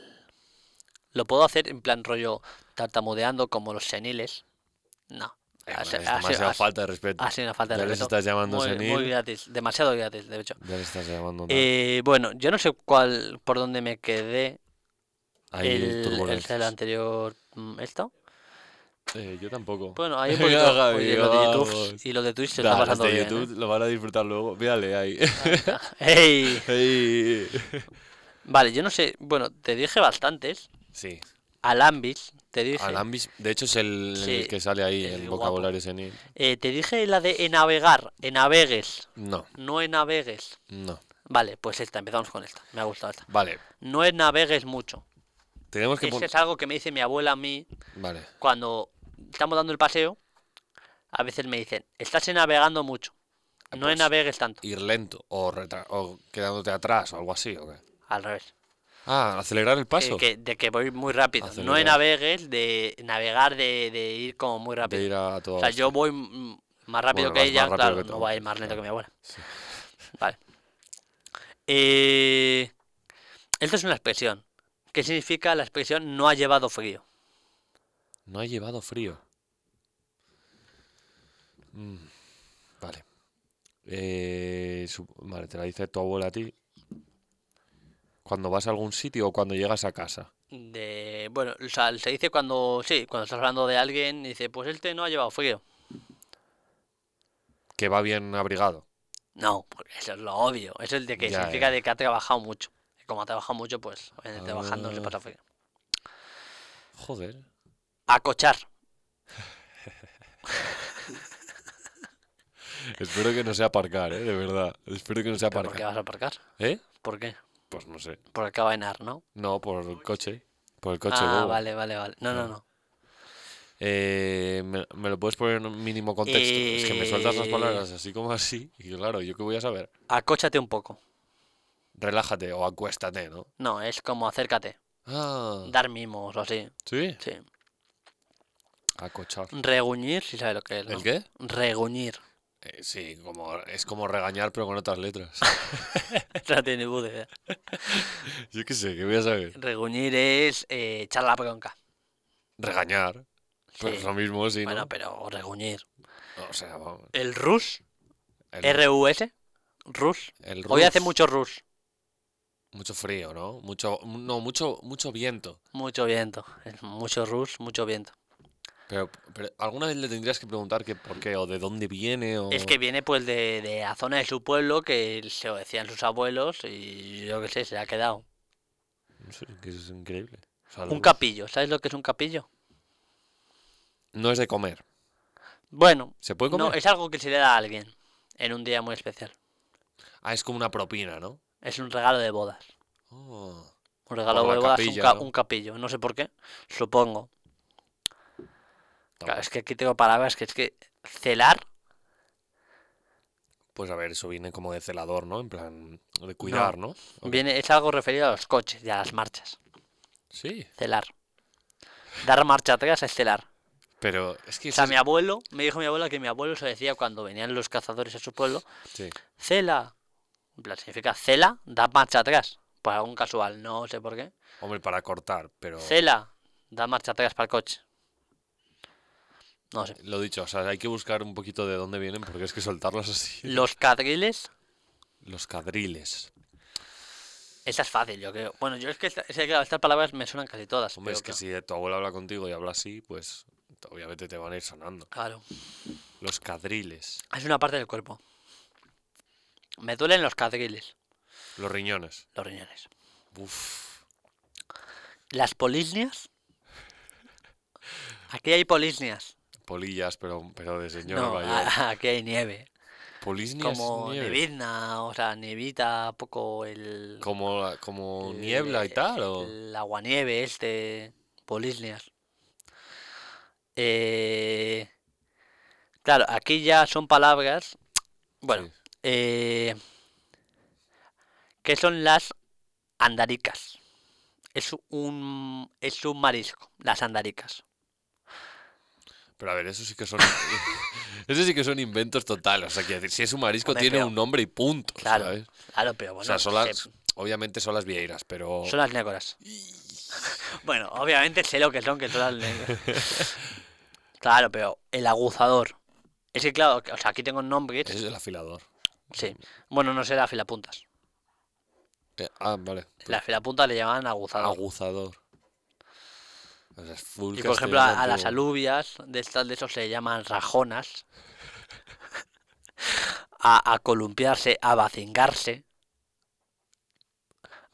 Lo puedo hacer en plan rollo tartamudeando como los seniles. No. Eh, Ha sido- ha bueno, es sido- demasiada ha sido- falta de respeto. Ha sido una falta de Ya les respeto. estás llamando muy, muy senil. gratis, demasiado gratis, de hecho. Ya le estás llamando. nada. Eh, bueno, yo no sé cuál, por dónde me quedé Ahí el, el, turbulencias. el anterior, mm, esto. Eh, yo tampoco. Bueno, <laughs> hay un Venga, poquito Javi, oye, lo de YouTube vamos. y lo de Twitch Pues, se Da, está los pasando de bien. este YouTube lo van a disfrutar luego. <laughs> Véale ahí. ¿eh? ¡Ey! <laughs> Ahí. Vale, yo no sé. Bueno, te dije bastantes. Sí. Alambis, te dije. Alambis, de hecho, es el, el Sí, que sale ahí, el el guapo. vocabulario senil. Eh, te dije la de enavegar, enavegues, No, no enavegues. no. Vale, pues esta, empezamos con esta. Me ha gustado esta. Vale, No enavegues mucho. tenemos que. pon- Ese es algo que me dice mi abuela a mí Vale, cuando estamos dando el paseo, a veces me dicen, estás navegando mucho, Ah, no pues, navegues tanto. ir lento o, retra- o quedándote atrás o algo así. ¿o qué? Al revés. Ah, acelerar el Que- paso. que- de que voy muy rápido. No Acelerar. navegues, de navegar, de, de ir como muy rápido. De ir a, a toda O sea, yo hostia. voy mm, más rápido Bueno, que vas ella, más rápido claro, que no tú, voy a ir más lento que claro. mi abuela. Sí. Vale. Eh, esto es una expresión. ¿Qué significa la expresión no ha llevado frío? No ha llevado frío. Mm, vale. Eh, su- vale, te la dice tu abuela a ti. Cuando vas a algún sitio o cuando llegas a casa. De, bueno, o sea, se dice cuando, sí, cuando estás hablando de alguien, dice, pues este no ha llevado frío. Que va bien abrigado. No, porque eso es lo obvio. Eso es de que Ya, significa ya. de que ha trabajado mucho. Y Como ha trabajado mucho, pues obviamente, trabajando no se Ah. pasa frío. Joder. Acochar. Espero que no sea aparcar, ¿eh? De verdad. Espero que no sea ¿Pero ¿Por qué vas a aparcar. aparcar? ¿eh? ¿Por qué? Pues no sé. Por el cabañar, ¿no? No, por el coche. Por el coche. ah, bobo. vale, vale, vale. No, no, no. Eh, ¿me, me lo puedes poner en un mínimo contexto? Es que me sueltas las Eh. palabras así como así. Y claro, ¿yo qué voy a saber? Acóchate un poco. Relájate o acuéstate, ¿no? No, es como acércate. Ah, Dar mimos o así. ¿sí? Sí. Acochar. Reguñir, si sabes lo que es, Mm, ¿no? ¿El qué? Reguñir. <laughs> Eh, sí, como, es como regañar, pero con otras letras. <laughs> No tiene ni puta idea. Yo qué sé, ¿qué voy a saber? Reguñir es eh, echar la bronca. Regañar. Pues Sí. lo mismo, sí, ¿no? Bueno, pero reguñir. O sea, vamos. El rus, El, R-U-S, rus. el Hoy hace ruf, mucho rus, Mucho frío, ¿no? Mucho, no, mucho, mucho viento. mucho viento. Es Mucho rus, mucho viento. Pero, pero alguna vez le tendrías que preguntar que por qué o de dónde viene o... Es que viene pues de, de la zona de su pueblo que se lo decían sus abuelos y yo qué sé, se ha quedado. No sé, que es increíble. O sea, Un lo- capillo, ¿sabes lo que es un capillo? No es de comer. Bueno, ¿Se puede comer? no, es algo que se le da a alguien en un día muy especial. Ah, es como una propina, ¿no? Es un regalo de bodas. Oh. Un regalo la de bodas, un, capilla, ca- ¿no? un capillo. No sé por qué, supongo. Claro, Toma. es que aquí tengo palabras que es que celar, Pues a ver, eso viene como de celador, ¿no? En plan, de cuidar, ¿no? Ok. viene, es algo referido a los coches y a las marchas. Sí, Celar. Dar marcha atrás es celar. pero es que... O sea, eso mi es- abuelo, me dijo mi abuela que mi abuelo se decía cuando venían los cazadores a su pueblo, Sí. cela. En plan, significa cela, da marcha atrás. Por algún casual, no sé por qué. Hombre, para cortar, pero... Cela, da marcha atrás para el coche. No sé. Lo dicho, o sea, hay que buscar un poquito de dónde vienen porque es que soltarlos así... Los cadriles, Los cadriles. esa es fácil, yo creo. Bueno, yo es que esta- es que, claro, estas palabras me suenan casi todas. Hombre, pero es que claro. si tu abuelo habla contigo y habla así, pues obviamente te van a ir sonando. Claro. Los cadriles. Es una parte del cuerpo. Me duelen los cadriles, Los riñones. los riñones. Uf. Las <laughs> polisnias. Aquí hay polisnias. Polillas, pero, pero de señor No, mayor. a- <laughs> aquí hay nieve. Polisnia es Como nieve. nevizna, o sea, nievita, poco el. Como, la- como el- niebla y tal, o... El aguanieve este. Polisnias. Eh, Claro, aquí ya son palabras. Bueno, Sí. eh, ¿qué son las andaricas? Es un, es un marisco, las andaricas. Pero a ver, eso sí que <laughs> son. eso sí que son inventos totales. O sea, quiero decir, si es un marisco, Hombre, tiene pero- un nombre y punto. Claro, ¿sabes? claro, pero bueno, o sea, son se- las. Obviamente son las vieiras, pero. son las négoras. <laughs> Bueno, obviamente sé lo que son, que son las negras. Claro, pero el aguzador. Es que claro, o sea, aquí tengo nombres. Es el afilador. Sí. Bueno, no sé la filapuntas. Eh, ah, vale. pues, La filapuntas le llamaban aguzador. aguzador. O sea, es full Y por ejemplo, a, castellano a las antiguo. alubias, de estas de esos se le llaman rajonas. A, a columpiarse, a bacingarse,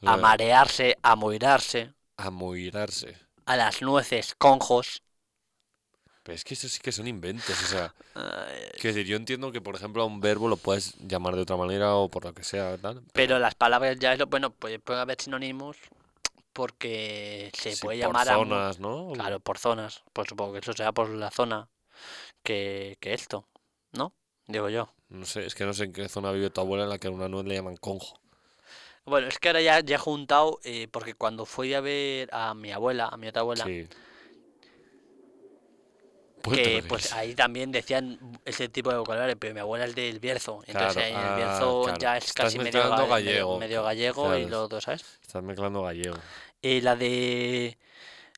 O sea, a marearse, a moirarse. A moirarse. A las nueces, conjos. Pero es que eso sí que son inventos. O sea, eh, quiero decir, yo entiendo que, por ejemplo, a un verbo lo puedes llamar de otra manera o por lo que sea, tal. Pero las palabras ya es lo. Bueno, pues puede haber sinónimos porque se Sí, puede por llamar a. mu- zonas, ¿no? Claro, por zonas. Pues supongo que eso sea por la zona que, que esto, ¿no? Digo yo. No sé, es que no sé en qué zona vive tu abuela en la que a una nuez le llaman conjo. Bueno, es que ahora ya, ya he juntado, eh, porque cuando fui a ver a mi abuela, a mi otra abuela, Sí. que te pues ríes. ahí también decían ese tipo de vocabulario, pero mi abuela es del Bierzo, entonces Claro, ahí en el ah, Bierzo claro. ya es Estás casi medio, mezclando ga- medio- gallego, medio gallego y claro. lo otro, ¿sabes? Estás mezclando gallego. Y eh, la de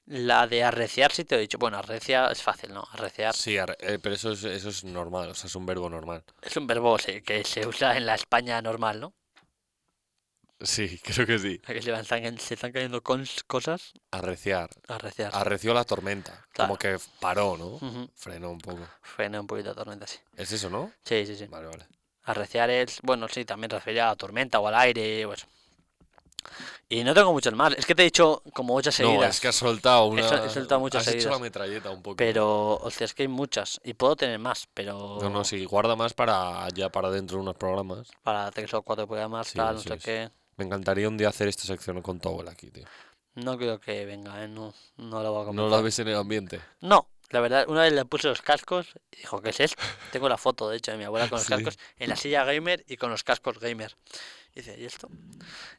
la de arreciar, si te he dicho, bueno, arrecia es fácil, ¿no? Arreciar Sí, ar- eh, pero eso es, eso es normal, o sea, es un verbo normal. es un verbo sí, que se usa en la España normal, ¿no? <laughs> Sí, <laughs> creo que sí. Que se, van- están, en- se están cayendo cons- cosas, Arreciar. arreciar. Arreció la tormenta. Claro. Como que paró, ¿no? Ujú. Frenó un poco. Frena un poquito la tormenta, sí. ¿Es eso, no? Sí, sí, sí. Vale, vale. Arreciar es, bueno, sí, también refería a tormenta o al aire, pues. Y no tengo muchos más. Es que te he dicho como ocho seguidas. No, es que has soltado una. sol- he soltado muchas has hecho seguidas. la metralleta un poco. Pero, o sea, es que hay muchas. Y puedo tener más, pero No, no, sí, guarda más para ya para dentro de unos programas. para tres o cuatro programas, Sí, tal, no sí, sé sí. qué. Me encantaría un día hacer esta sección con tu abuela aquí, tío. No creo que venga, ¿eh? No, no lo voy a No comentar. la ves en el ambiente. No, la verdad, una vez le puse los cascos y dijo, ¿qué es esto? Tengo la foto, de hecho, de mi abuela con los <laughs> Sí. cascos en la silla gamer y con los cascos gamer. Y dice, ¿y esto?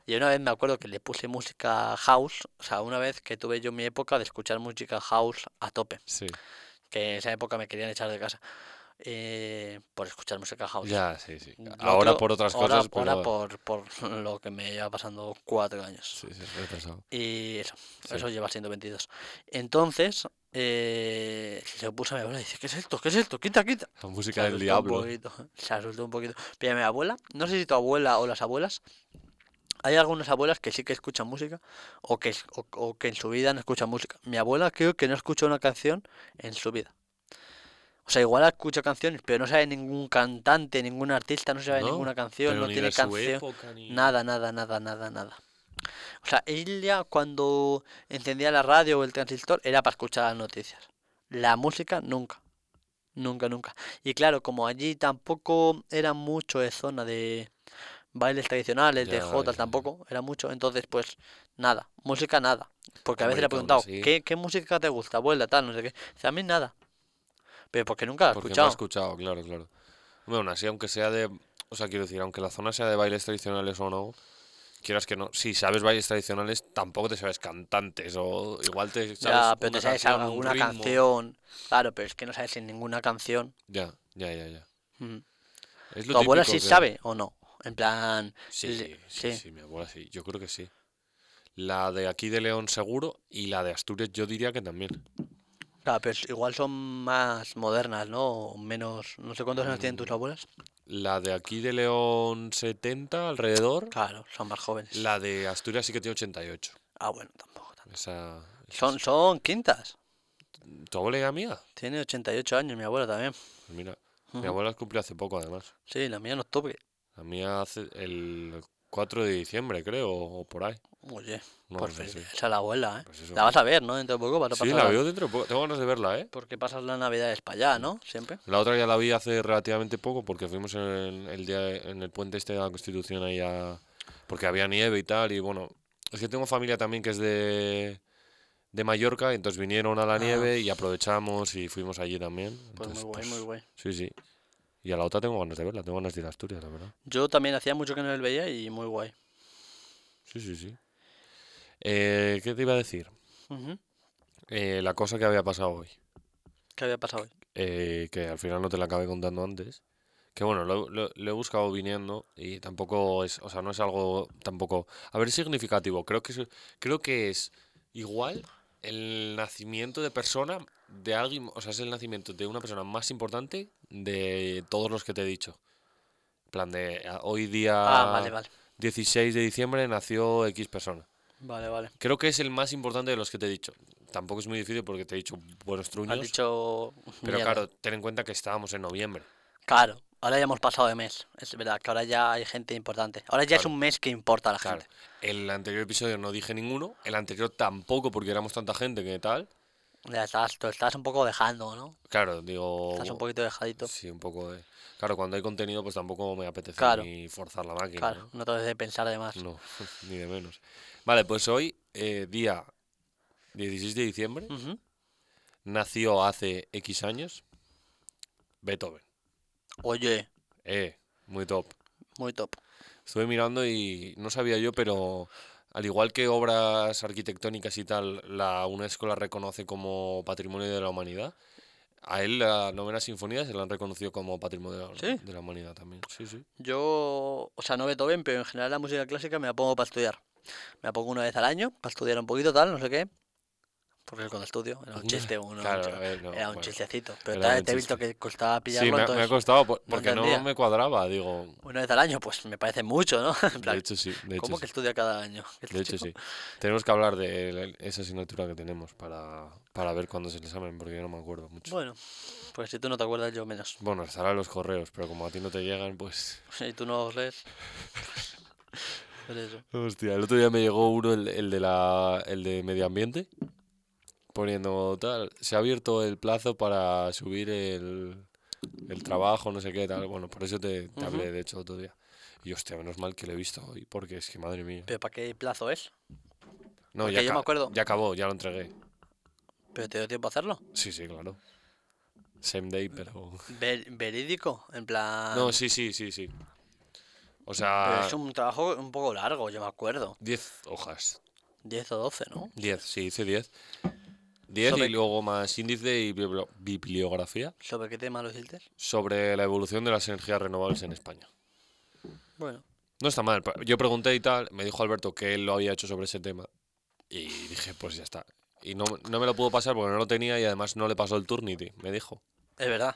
Y una vez me acuerdo que le puse música house, o sea, una vez que tuve yo mi época de escuchar música house a tope, Sí. que en esa época me querían echar de casa eh, por escuchar música house. Ya, sí, sí. Lo Ahora otro- por otras ahora- cosas, ahora pero- por, por <laughs> lo que me lleva pasando cuatro años. Sí, sí, retrasado. Y eso, Sí. eso lleva siendo 22. Entonces, eh, se puso a mi abuela y dice, ¿qué es esto? ¿Qué es esto? Quita, quita. La Se música del asustó un diablo. poquito, se asustó un poquito. Pero mi abuela, no sé si tu abuela o las abuelas, hay algunas abuelas que sí que escuchan música o que, es- o- o que en su vida no escuchan música. Mi abuela creo que no escucha una canción en su vida. O sea, igual escucha canciones, pero no sabe ningún cantante, ningún artista, no sabe No, ninguna canción, pero no ni tiene de su canción. época, ni- Nada, nada, nada, nada, nada. O sea, ella cuando encendía la radio o el transistor era para escuchar las noticias. La música nunca. Nunca, nunca. Y claro, como allí tampoco era mucho de zona de bailes tradicionales, de Ya, jotas ya, ya. tampoco, era mucho. Entonces, pues nada, música nada. Porque a veces le he Hombre, que preguntado, aún así- ¿qué, qué música te gusta, abuela, tal, no sé qué? Dice, a mí nada. Pero porque nunca la he Porque me escuchado. ha escuchado, claro, claro. Bueno, aún así, aunque sea de. O sea, quiero decir, aunque la zona sea de bailes tradicionales o no, quieras que no. Si sabes bailes tradicionales, tampoco te sabes cantantes. O igual te sabes. Ya, pero una te sabes canción, un alguna ritmo. canción. Claro, pero es que no sabes sin ninguna canción. Ya, ya, ya, ya. Mm. Es lo ¿Tu abuela sí típico que- sabe o no? En plan, Sí, le- sí, sí, sí, mi abuela sí. Yo creo que sí. La de aquí de León seguro y la de Asturias yo diría que también. Claro, pero es- igual son más modernas, ¿no? O menos, no sé cuántos años Mm. tienen tus abuelas. La de aquí de León 70 alrededor. Claro, son más jóvenes. La de Asturias sí que tiene 88. Ah, bueno, tampoco. tanto. Esa, Son, son quintas. ¿Tu abuela era mía? Tiene 88 años mi abuela también. Pues mira, mi abuela cumplió hace poco además. Sí, la mía en octubre. La mía hace el 4 de diciembre, creo, o por ahí. Oye, No, por no sé. felicidades a la abuela, ¿eh? Pues eso. Pues La vas a ver, ¿no? Dentro de poco para Sí, la veo dentro de poco. Tengo ganas de verla, ¿eh? Porque pasas las navidades para allá, ¿no? Siempre. La otra ya la vi hace relativamente poco porque fuimos en el, el día de- en el puente este de la Constitución ahí a- porque había nieve y tal y bueno, es que tengo familia también que es de de Mallorca, y entonces vinieron a la nieve y aprovechamos y fuimos allí también. Ah. Pues muy entonces, guay, muy pues, guay. Sí, sí. Y a la otra tengo ganas de verla, tengo ganas de ir a Asturias, la verdad. Yo también hacía mucho que no la veía y muy guay. Sí, sí, sí. Eh, ¿qué te iba a decir? Ujú. Eh, la cosa que había pasado hoy. ¿Qué había pasado hoy? eh, que al final no te la acabé contando antes. Que bueno, lo, lo- lo he buscado viniendo y tampoco es, o sea, no es algo tampoco, a ver, es significativo. Creo que es, creo que es igual el nacimiento de persona de alguien, o sea, es el nacimiento de una persona más importante de todos los que te he dicho. En plan de a- hoy día Ah, vale, vale. 16 de diciembre nació X persona. Vale, vale. Creo que es el más importante de los que te he dicho. Tampoco es muy difícil porque te he dicho buenos truños. Has dicho... Pero mierda. claro, ten en cuenta que estábamos en noviembre. Claro, ahora ya hemos pasado de mes. Es verdad que ahora ya hay gente importante. Ahora ya es un mes que importa a la Claro. gente. El anterior episodio no dije ninguno, el anterior tampoco porque éramos tanta gente que tal. Ya estás, tú estás un poco dejando, ¿no? Claro, digo... Estás un poquito dejadito. Oh, Sí, un poco de... Claro, cuando hay contenido pues tampoco me apetece Claro. ni forzar la máquina. Claro, no te debes de pensar de más. No, <laughs> No, ni de menos. Vale, pues hoy, eh, día 16 de diciembre, Ujú. nació hace X años Beethoven. Oye, Eh, muy top. muy top. Estuve mirando y no sabía yo, pero al igual que obras arquitectónicas y tal, la UNESCO la reconoce como Patrimonio de la Humanidad. A él la novena sinfonía se la han reconocido como Patrimonio de la, ¿Sí? de la Humanidad también. Sí, sí. Yo, o sea, no Beethoven, pero en general la música clásica me la pongo para estudiar. Me la pongo una vez al año para estudiar un poquito, tal, no sé qué. Porque cuando estudio era un Una- <laughs> chiste, uno, Claro, yo- a ver, no, era un bueno, chistecito. Pero era tal, un te he visto chiste. que costaba Sí, pillarlo, me ha, me ha entonces costado por- porque no entendía. me cuadraba, digo. una vez al año, pues me parece mucho, ¿no? <laughs> En plan, De hecho, sí. De hecho, ¿cómo que sí. estudia cada año? <laughs> Este De hecho, chico. sí. Tenemos que hablar de el- esa asignatura que tenemos para, para ver cuándo es el examen, porque yo no me acuerdo mucho. Bueno, Bueno, pues si tú no te acuerdas, yo menos. <laughs> <laughs> estará en los correos, pero como a ti no te llegan, pues. Si tú no los lees. Por pues eso. Hostia, el otro día me llegó uno, el, el de la, el de medio ambiente, poniendo tal, se ha abierto el plazo para subir el, el trabajo, no sé qué, tal. Bueno, por eso te, te hablé, de hecho, el otro día. Y hostia, menos mal que lo he visto hoy, porque es que madre mía. ¿Pero para qué plazo es? No, porque ya, yo me ca- acuerdo- ya acabó, ya lo entregué. ¿Pero te dio tiempo a hacerlo? Sí, sí, claro. Same day, pero... Ver- ¿Verídico? En plan... No, sí, sí, sí, sí. O Ah. pero sea, es un trabajo un poco largo, yo me acuerdo. 10 hojas. 10 o 12, ¿no? 10, sí, hice 10. 10 Sobre- y luego más índice y bibli- bibliografía. ¿Sobre qué tema lo hiciste? sobre la evolución de las energías renovables en España. Bueno. No está mal. pa- Yo pregunté y tal, me dijo Alberto que él lo había hecho sobre ese tema. Y dije, pues ya está. Y no, no me lo pudo pasar porque no lo tenía y además no le pasó el Turnity, me dijo. Es verdad.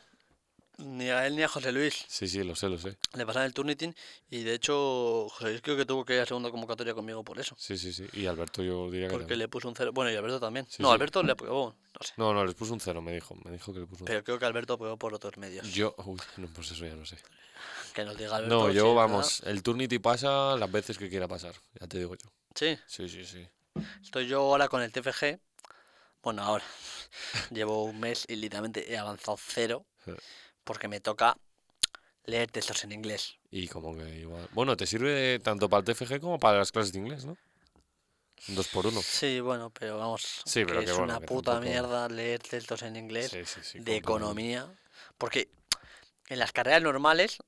Ni a él ni a José Luis Sí, sí, lo sé, lo sé. le pasaron el Turnitin y de hecho José Luis creo que tuvo que ir a segunda convocatoria conmigo por eso. Sí, sí, sí. Y Alberto yo diría que Porque también. le puso un cero. Bueno, y Alberto también. Sí, no, sí. Alberto le apoyó, no sé. No, no, les puso un cero, me dijo. Me dijo que le puso un cero. Pero creo que Alberto apoyó por otros medios. Pues Yo, uy, no, pues eso ya no sé. Que nos diga Alberto. No, si es yo verdad. vamos, el Turnity pasa las veces que quiera pasar, ya te digo yo. Sí, Sí, sí, sí. estoy yo ahora con el TFG. Bueno, ahora. <laughs> Llevo un mes y literalmente he avanzado cero. Ja. Porque me toca leer textos en inglés. Y como que igual. Bueno, te sirve tanto para el TFG como para las clases de inglés, ¿no? Un dos por uno. Sí, bueno, pero vamos. Sí, pero que que es bueno, una que puta tampoco- mierda leer textos en inglés. Sí, sí, sí, de comprendo. economía, porque en las carreras normales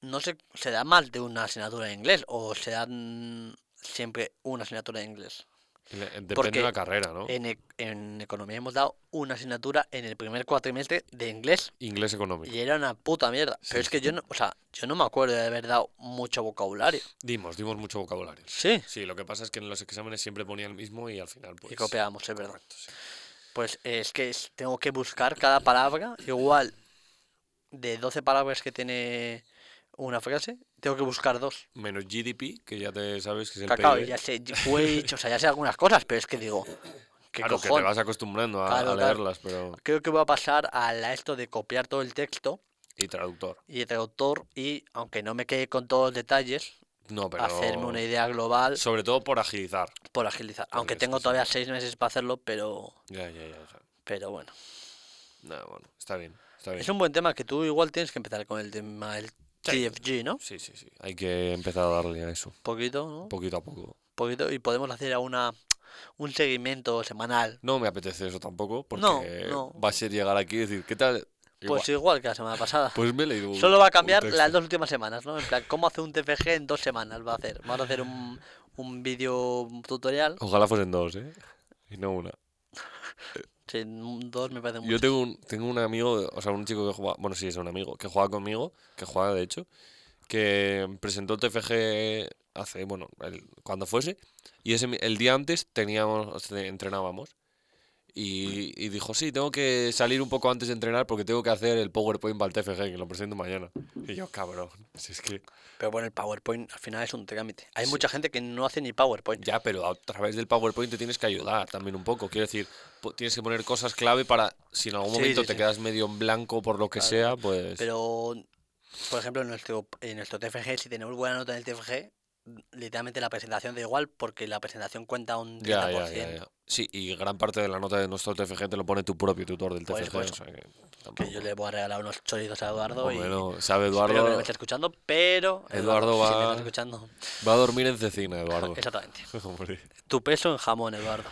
no se, se da más de una asignatura de inglés o se dan siempre una asignatura de inglés. Le- Depende Porque de la carrera, ¿no? En, e- en economía hemos dado una asignatura en el primer cuatrimestre de inglés Inglés económico. y era una puta mierda. Sí, Pero es que sí. yo no, o sea, yo no me acuerdo de haber dado mucho vocabulario. Dimos, dimos mucho vocabulario. Sí. Sí, lo que pasa es que en los exámenes siempre ponía el mismo y al final pues... Y copiábamos, es verdad. Correcto, sí. Pues es que es- tengo que buscar cada palabra, igual de 12 palabras que tiene una frase, tengo que buscar dos. Menos GDP, que ya te sabes que es el Cacao, PIB. ya sé, wage, o sea, ya sé algunas cosas, pero es que <laughs> digo, ¿qué Claro, que te cojón? vas acostumbrando a, Claro, a claro. leerlas, pero... Creo que voy a pasar a la- esto de copiar todo el texto Y traductor. y el autor y, aunque no me quede con todos los detalles, No, pero... hacerme una idea global Sobre todo por agilizar. por agilizar. Aunque es que tengo sí. todavía seis meses para hacerlo, pero, Ya, ya, ya. ya. pero bueno. No, bueno, está bien, está bien. Es un buen tema que tú igual tienes que empezar con el tema del Sí. TFG, ¿no? Sí, sí, sí. Hay que empezar a darle a eso, Poquito, ¿no? poquito a poco. poquito y podemos hacer a una un seguimiento semanal. No me apetece eso tampoco, porque No, no. va a ser llegar aquí y decir, ¿qué tal? Igual, Pues igual que la semana pasada. pues me he leído un- Solo va a un cambiar las texto. dos últimas semanas, ¿no? En plan, ¿cómo hacer un TFG en dos semanas? Va a hacer. Vamos a hacer un, un vídeo tutorial. Ojalá fuesen dos, ¿eh? Y no una. Sí, un- dos me parece Yo mucho. tengo un, tengo un amigo, o sea, un chico que juega, bueno, sí, es un amigo, que juega conmigo, que juega de hecho, que presentó el TFG hace, bueno, el- cuando fuese, y ese, mi- el día antes teníamos, o sea, entrenábamos. Y, y dijo, sí, tengo que salir un poco antes de entrenar porque tengo que hacer el PowerPoint para el TFG, que lo presento mañana. Y yo, cabrón, si es que... Pero bueno, el PowerPoint al final es un trámite. Hay Sí. mucha gente que no hace ni PowerPoint. Ya, pero a través del PowerPoint te tienes que ayudar también un poco. Quiero decir, po- tienes que poner cosas clave para, si en algún Sí, momento sí, te sí. quedas medio en blanco por lo que sea, pues... Pero, por ejemplo, en nuestro, en nuestro TFG, si tenemos buena nota en el TFG, literalmente la presentación da igual porque la presentación cuenta un 30%. Ya, ya, ya, ya. Sí, y gran parte de la nota de nuestro TFG te lo pone tu propio tutor del Pues, TFG. pues, o sea que Que yo tampoco- le voy a regalar unos chorizos a Eduardo y Hombre, no, sabe espero que no Eduardo. me esté escuchando, pero Eduardo si me va- estás escuchando, Va a dormir en cecina, Eduardo. exactamente. <laughs> Hombre, Tu peso en jamón, Eduardo.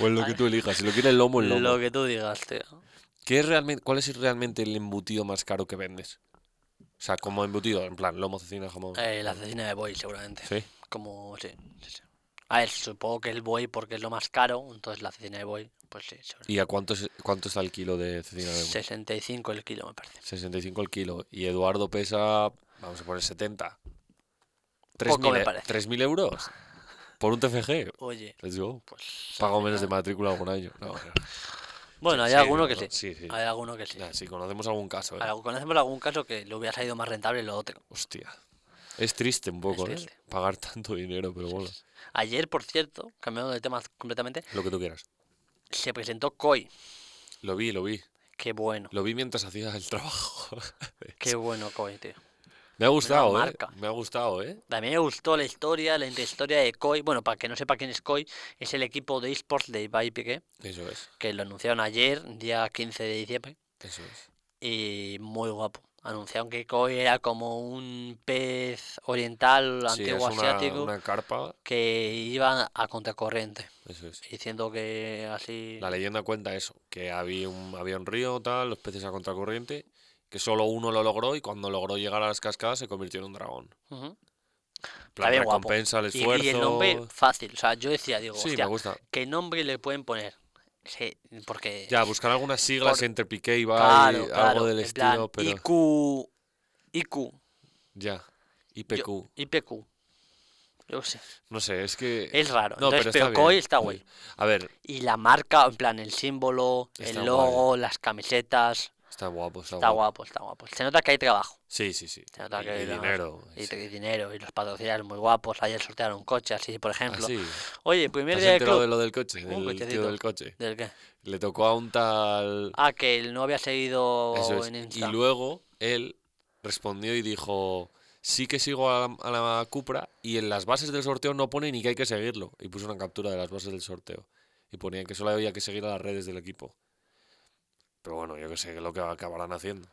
O en lo que tú elijas. Si lo quieres lomo, el lomo. Lo que tú digas, tío. ¿Qué es realmente, ¿Cuál es realmente el embutido más caro que vendes? O sea, como embutido, en plan, lomo, cecina, jamón. Eh, la asesina de Boy, seguramente. Sí. Como, sí, sí, sí. A ver, supongo que el Boy porque es lo más caro, entonces la asesina de Boy, pues sí, seguramente. ¿Y a cuánto, es- cuánto está el kilo de cecina de 65 el kilo, me parece. 65 el kilo. Y Eduardo pesa, vamos a poner 70. 3.000 Poco me e- parece. 3.000 euros por un TFG. Oye, Let's go. pues... Pago al menos de final- matrícula algún año. <laughs> No, no. Bueno, hay Sí, alguno no, que no, sí. sí, sí. Hay alguno que sí. Nah, si conocemos algún caso, ¿eh? Algo- Conocemos algún caso que le hubiera salido más rentable lo otro. Hostia. Es triste un poco, ¿eh? triste. Pagar tanto dinero, pero bueno. Ayer, por cierto, cambiando de tema completamente, Lo que tú quieras. se presentó Koi. Lo vi, lo vi. Qué bueno, Lo vi mientras hacía el trabajo. <laughs> qué bueno Koi, tío. Me ha gustado, ¿eh? marca. Me ha gustado, ¿eh? También me gustó la historia, la historia de COI. Bueno, para que no sepa quién es COI, es el equipo de esports de Ibai Piqué, Eso es, que lo anunciaron ayer, día 15 de diciembre, eso es. y muy guapo. Anunciaron que COI era como un pez oriental, Sí, es antiguo una, asiático, una carpa, que iba a contracorriente, eso es. diciendo que así... La leyenda cuenta eso, que había un, había un río, tal, los peces a contracorriente, que solo uno lo logró y cuando logró llegar a las cascadas se convirtió en un dragón. Ujú. En plan, bien guapo. recompensa el Y- Y, el nombre esfuerzo. fácil, o sea, yo decía, digo, Sí, me hostia, gusta. ¿qué nombre le pueden poner? Sí, porque... Ya, buscar algunas siglas Por- entre Piqué y Ibai, Claro, algo claro, del en plan, estilo, pero IQ, IQ, ya. yo- IPQ. IPQ. Yo qué sé, No sé, es que es raro. No, Eh, Entonces, pero pero está Koi bien. está guay. a ver, Y la marca, en plan, el símbolo, Está el guay. logo, las camisetas, está guapo, está, está guapo. guapo, está guapo. Se nota que hay trabajo. Sí, sí, sí. Se nota Y- que hay y trabajo. dinero. Y, sí. y dinero, y los patrocinadores muy guapos. Ayer sortearon un coche, así, por Ah, ejemplo. sí. Oye, primer ¿Te has día del enterado club. de lo del coche? Un Del tío cochecito. del coche. ¿Del qué? Le tocó a un tal Ah, que él no había seguido Eso es. en Y Insta. luego él respondió y dijo, sí que sigo a la, a la Cupra y en las bases del sorteo no pone ni que hay que seguirlo. Y puso una captura de las bases del sorteo. Y ponía que solo había que seguir a las redes del equipo. Pero bueno, yo que sé, que es lo que acabarán haciendo.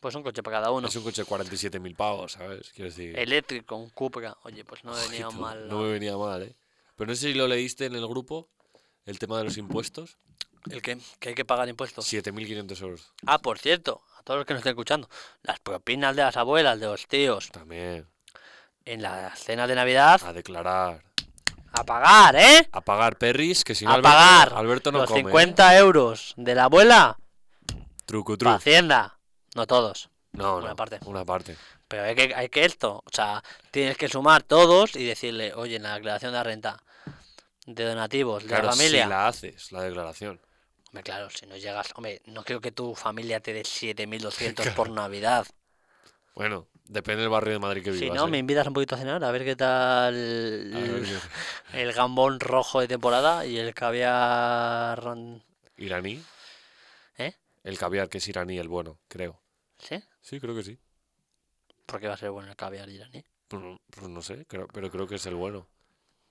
Pues un coche para cada uno. Es un coche de 47.000 pavos, ¿sabes? Quiero decir, Eléctrico, un Cupra. Oye, pues Eh, no venía ojito, mal. no me venía mal, ¿eh? Pero no sé si lo leíste en el grupo, el tema de los impuestos. ¿El qué? ¿Que hay que pagar impuestos? 7.500 euros. Ah, por cierto, a todos los que nos estén escuchando, las propinas de las abuelas, de los tíos, También, en la cena de Navidad, a declarar. a pagar, ¿eh? A pagar perris, que si no A Alberto, pagar Alberto no los come. ¿eh? 50 euros de la abuela Truco, para truco. Hacienda. No todos, No, Una no, parte. Una parte. pero hay que, hay que esto. O sea, tienes que sumar todos y decirle, oye, en la declaración de la renta, de donativos, de Claro, la familia. si la haces, la declaración. Hombre, claro, si no llegas, hombre, no creo que tu familia te dé <laughs> 7.200 por Navidad. Bueno, depende del barrio de Madrid que Si vivas. no, ¿eh? me invitas un poquito a cenar, a ver qué tal A ver, el, gambón rojo de temporada y el caviar... ¿Iraní? ¿Eh? El caviar, que es iraní, el bueno, creo. ¿Sí? Sí, creo que sí. ¿Por qué va a ser bueno el caviar eh? iraní? Pues no, pues no sé, creo- pero creo que es el bueno.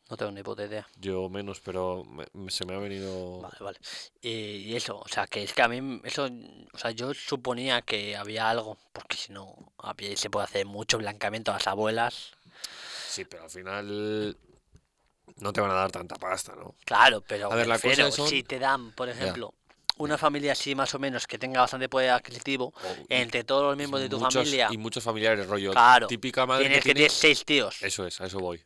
No tengo ni puta idea. Yo menos, pero me- me- se me ha venido... Vale, vale. Y, y eso, o sea, que es que a mí, eso, o sea, yo suponía que había algo, porque si no, había- se puede hacer mucho blanqueamiento a las abuelas. Sí, pero al final no te van a dar tanta pasta, ¿no? Claro, pero A ver, me la cosa refiero, son- si te dan, por ejemplo, una familia así más o menos que tenga bastante poder adquisitivo, entre todos los miembros de tu Muchos- familia, Y muchos familiares, rollo. Claro, Típica madre tienes que que tiene... tener seis tíos. Eso es, a eso voy.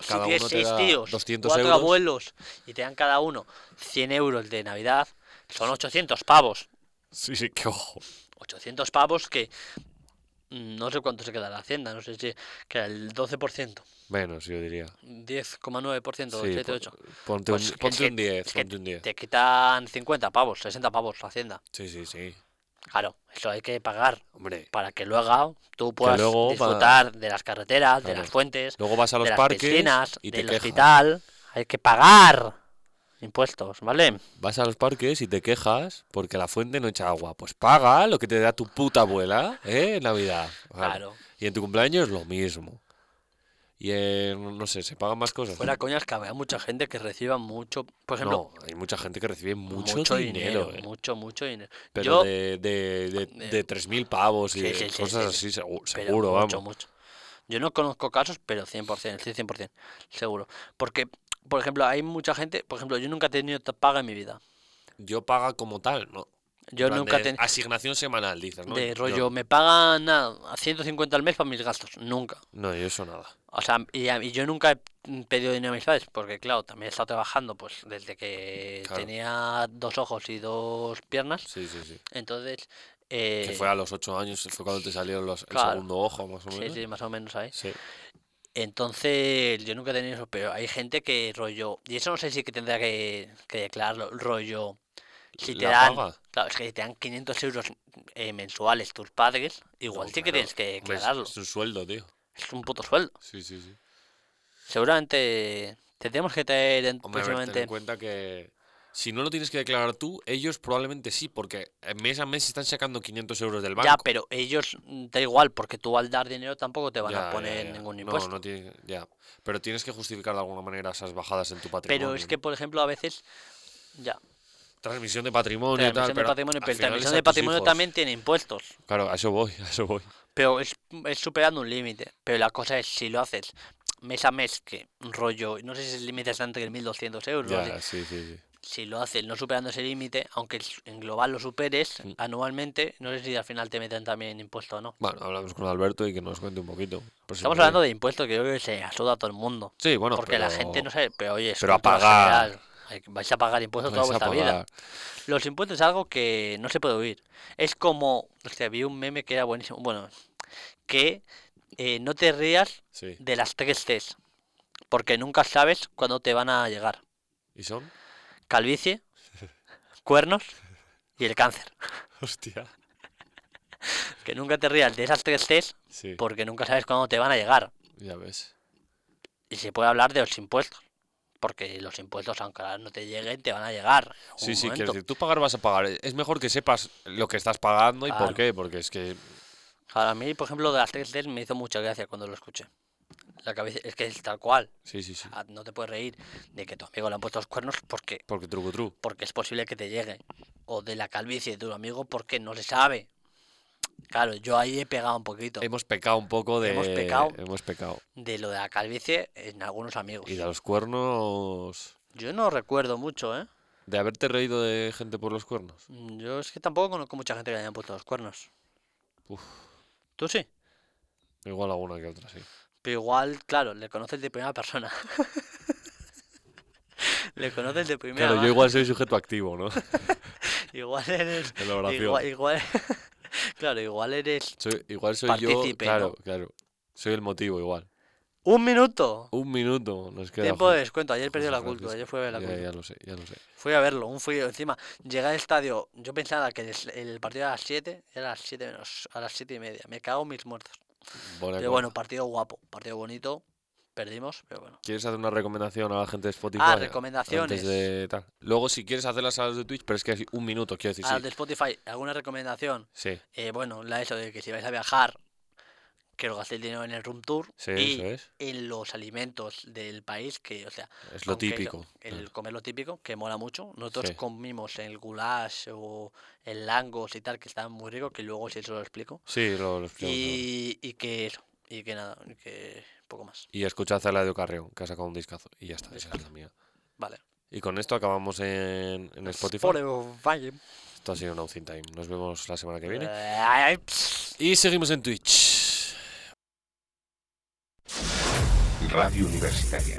Si Cada tienes uno te seis da tíos, 200 cuatro euros. abuelos y te dan cada uno 100 euros de Navidad, son 800 pavos. Sí, sí, <laughs> qué ojo. 800 pavos que mm, no sé cuánto se queda la Hacienda, no sé si queda el 12%, Menos, yo diría. 10,9%, Sí, 7, pon- 8. Ponte Pues un, es ponte que- un 10, es que ponte un 10. Te quitan 50 pavos, 60 pavos la Hacienda. Sí, sí, sí. Claro, eso hay que pagar Hombre, para que luego tú puedas luego pa- disfrutar de las carreteras, de Claro. las fuentes, luego vas a los de las parques piscinas, y te del quejas. hospital. Hay que pagar impuestos, ¿vale? Vas a los parques y te quejas porque la fuente no echa agua. Pues paga lo que te da tu puta abuela, ¿eh? En Navidad. Vale. Claro. Y en tu cumpleaños lo mismo. Y en, no sé, se pagan más cosas. Fuera coñas que habrá mucha gente que reciba mucho, por ejemplo, no, hay mucha gente que recibe mucho, dinero, dinero, ¿eh? mucho, mucho dinero. Pero Yo, de, de, de, de- de 3.000 pavos y Sí, de sí, sí, cosas sí, así, segu- pero seguro, vamos. mucho, mucho. Yo no conozco casos, pero 100%, estoy 100%, seguro. Porque, por ejemplo, hay mucha gente, por ejemplo, yo nunca he tenido ta- paga en mi vida. Yo paga como tal, ¿no? Yo En plan nunca he de tenido... Asignación semanal, dices, ¿no? De Yo- rollo, me pagan nada, a 150 al mes para mis gastos. Nunca. No, yo eso nada. O sea, y, a- y yo nunca he mm, pedido dinero a mis padres, porque claro, también he estado trabajando pues desde que Claro. tenía dos ojos y dos piernas. Sí, sí, sí. Entonces, Que eh, fue a los ocho años, fue cuando te salieron los, claro. el segundo ojo, más o sí, menos. sí, más o menos ahí. Sí. Entonces, yo nunca he tenido eso, pero hay gente que rollo, y eso no sé si que tendrá que, que declararlo, rollo, si te La dan, paga. claro, es que si te dan 500 euros eh, mensuales tus padres, igual No, sí que claro. tienes que Hombre, es- declararlo. Es un sueldo, tío. Es un puto sueldo. Sí, sí, sí. Seguramente tendremos que tener en- Hombre, a ver, ten en próximamente. cuenta que, si no lo tienes que declarar tú, ellos probablemente sí, porque eh, mes a mes están sacando 500 euros del banco. Ya, pero ellos mm, da igual, porque tú al dar dinero tampoco te van Ya, a ya, poner ya. ningún No, impuesto. no tiene- ya. Pero tienes que justificar de alguna manera esas bajadas en tu patrimonio. pero es que, por ejemplo, a veces. Ya. ¿no? Transmisión de patrimonio y Transmisión tal. de pero patrimonio, al pero final transmisión es a de tus patrimonio hijos. también tiene impuestos. Claro, a eso voy, a eso voy. Pero es, es superando un límite. Pero la cosa es, si lo haces mes a mes, que rollo, no sé si el límite es antes de 1.200 euros, o así, Ya, sí, sí, sí. si lo haces no superando ese límite, aunque el- en global lo superes Mm. anualmente, no sé si al final te meten también impuesto o no. Bueno, hablamos con Alberto y que nos cuente un poquito. por si Estamos puede. hablando de impuestos que yo creo que se asuda a todo el mundo. Sí, bueno, porque la gente pero- no sabe, pero oye, es pero a cultura pagar. general, hay- Vais a pagar impuestos toda vais a vuestra vida. pagar. Los impuestos es algo que no se puede huir. Es como, o sea, vi un meme que era buenísimo, bueno, que eh, no te rías Sí. de las tres Cs, porque nunca sabes cuándo te van a llegar. <laughs> ¿Y son? <laughs> Calvicie, cuernos y el cáncer. Hostia. Que nunca te rías de esas tres Cs Sí. porque nunca sabes cuándo te van a llegar. Ya ves. Y se puede hablar de los impuestos. Porque los impuestos, aunque ahora no te lleguen, te van a llegar. en Sí, algún sí, quiero momento. decir, tú pagar vas a pagar. Es mejor que sepas lo que estás pagando y Claro. por qué, porque es que Ahora, a mí, por ejemplo, de las tres Cs me hizo mucha gracia cuando lo escuché. La cabeza, es que es tal cual. sí, sí, sí. Ah, No te puedes reír de que a tu amigo le han puesto los cuernos porque, Porque truco tru. porque es posible que te llegue. O de la calvicie de tu amigo porque no se sabe. Claro, yo ahí he pegado un poquito. Hemos pecado un poco de Hemos pecado. hemos pecado. De lo de la calvicie en algunos amigos. Y de los cuernos Yo no recuerdo mucho, ¿eh? de haberte reído de gente por los cuernos. Mm, Yo es que tampoco conozco mucha gente que le hayan puesto los cuernos. Uf. ¿Tú sí? Igual alguna que otra, sí. Pero igual, claro, le conoces de primera persona. <laughs> le conoces de primera. Claro, yo mano. igual soy sujeto activo, ¿no? <laughs> Igual eres. <laughs> En la oración. Igual, igual- claro, igual eres. Soy- igual soy yo, Partícipe, claro, ¿no? claro. Soy el motivo igual. ¡Un minuto! Un minuto nos queda. Tiempo jo- de descuento. Ayer perdí José la culpa. Francisco. Ayer fui a ver la Ya- culpa. ya lo sé, ya lo sé. Fui a verlo, un frío encima. Llegué al estadio. Yo pensaba que el, el partido era a las 7. Era a las 7 menos. A las 7 y media. Me cago en mis muertos. Buena Pero cosa. bueno, partido guapo. Partido bonito. Perdimos, pero bueno. ¿Quieres hacer una recomendación a la gente de Spotify? Ah, antes recomendaciones. de tal? Luego, si quieres hacerlas a las de Twitch, pero es que es un minuto, quiero decir. Ah, sí. de Spotify, ¿alguna recomendación? Sí, eh, bueno, la eso de que si vais a viajar, que os gastéis dinero en el room tour sí, y eso es. en los alimentos del país, que, o sea, Es lo aunque típico. el comer lo típico, que mola mucho. Nosotros Sí. comimos el goulash o el langos y tal, que estaban muy ricos, que luego si eso lo explico. Sí, lo, lo explico, seguro. Y, y que eso, y que nada, y que poco más. Y escuchad a Eladio Carrión, que ha sacado un discazo. Y ya está, esa es la mía. Vale. Y con esto acabamos en, en Spotify. Spotify. Esto ha sido un Outing Time. Nos vemos la semana que viene. Eh, Ay, pss. Y seguimos en Twitch. Radio Universitaria.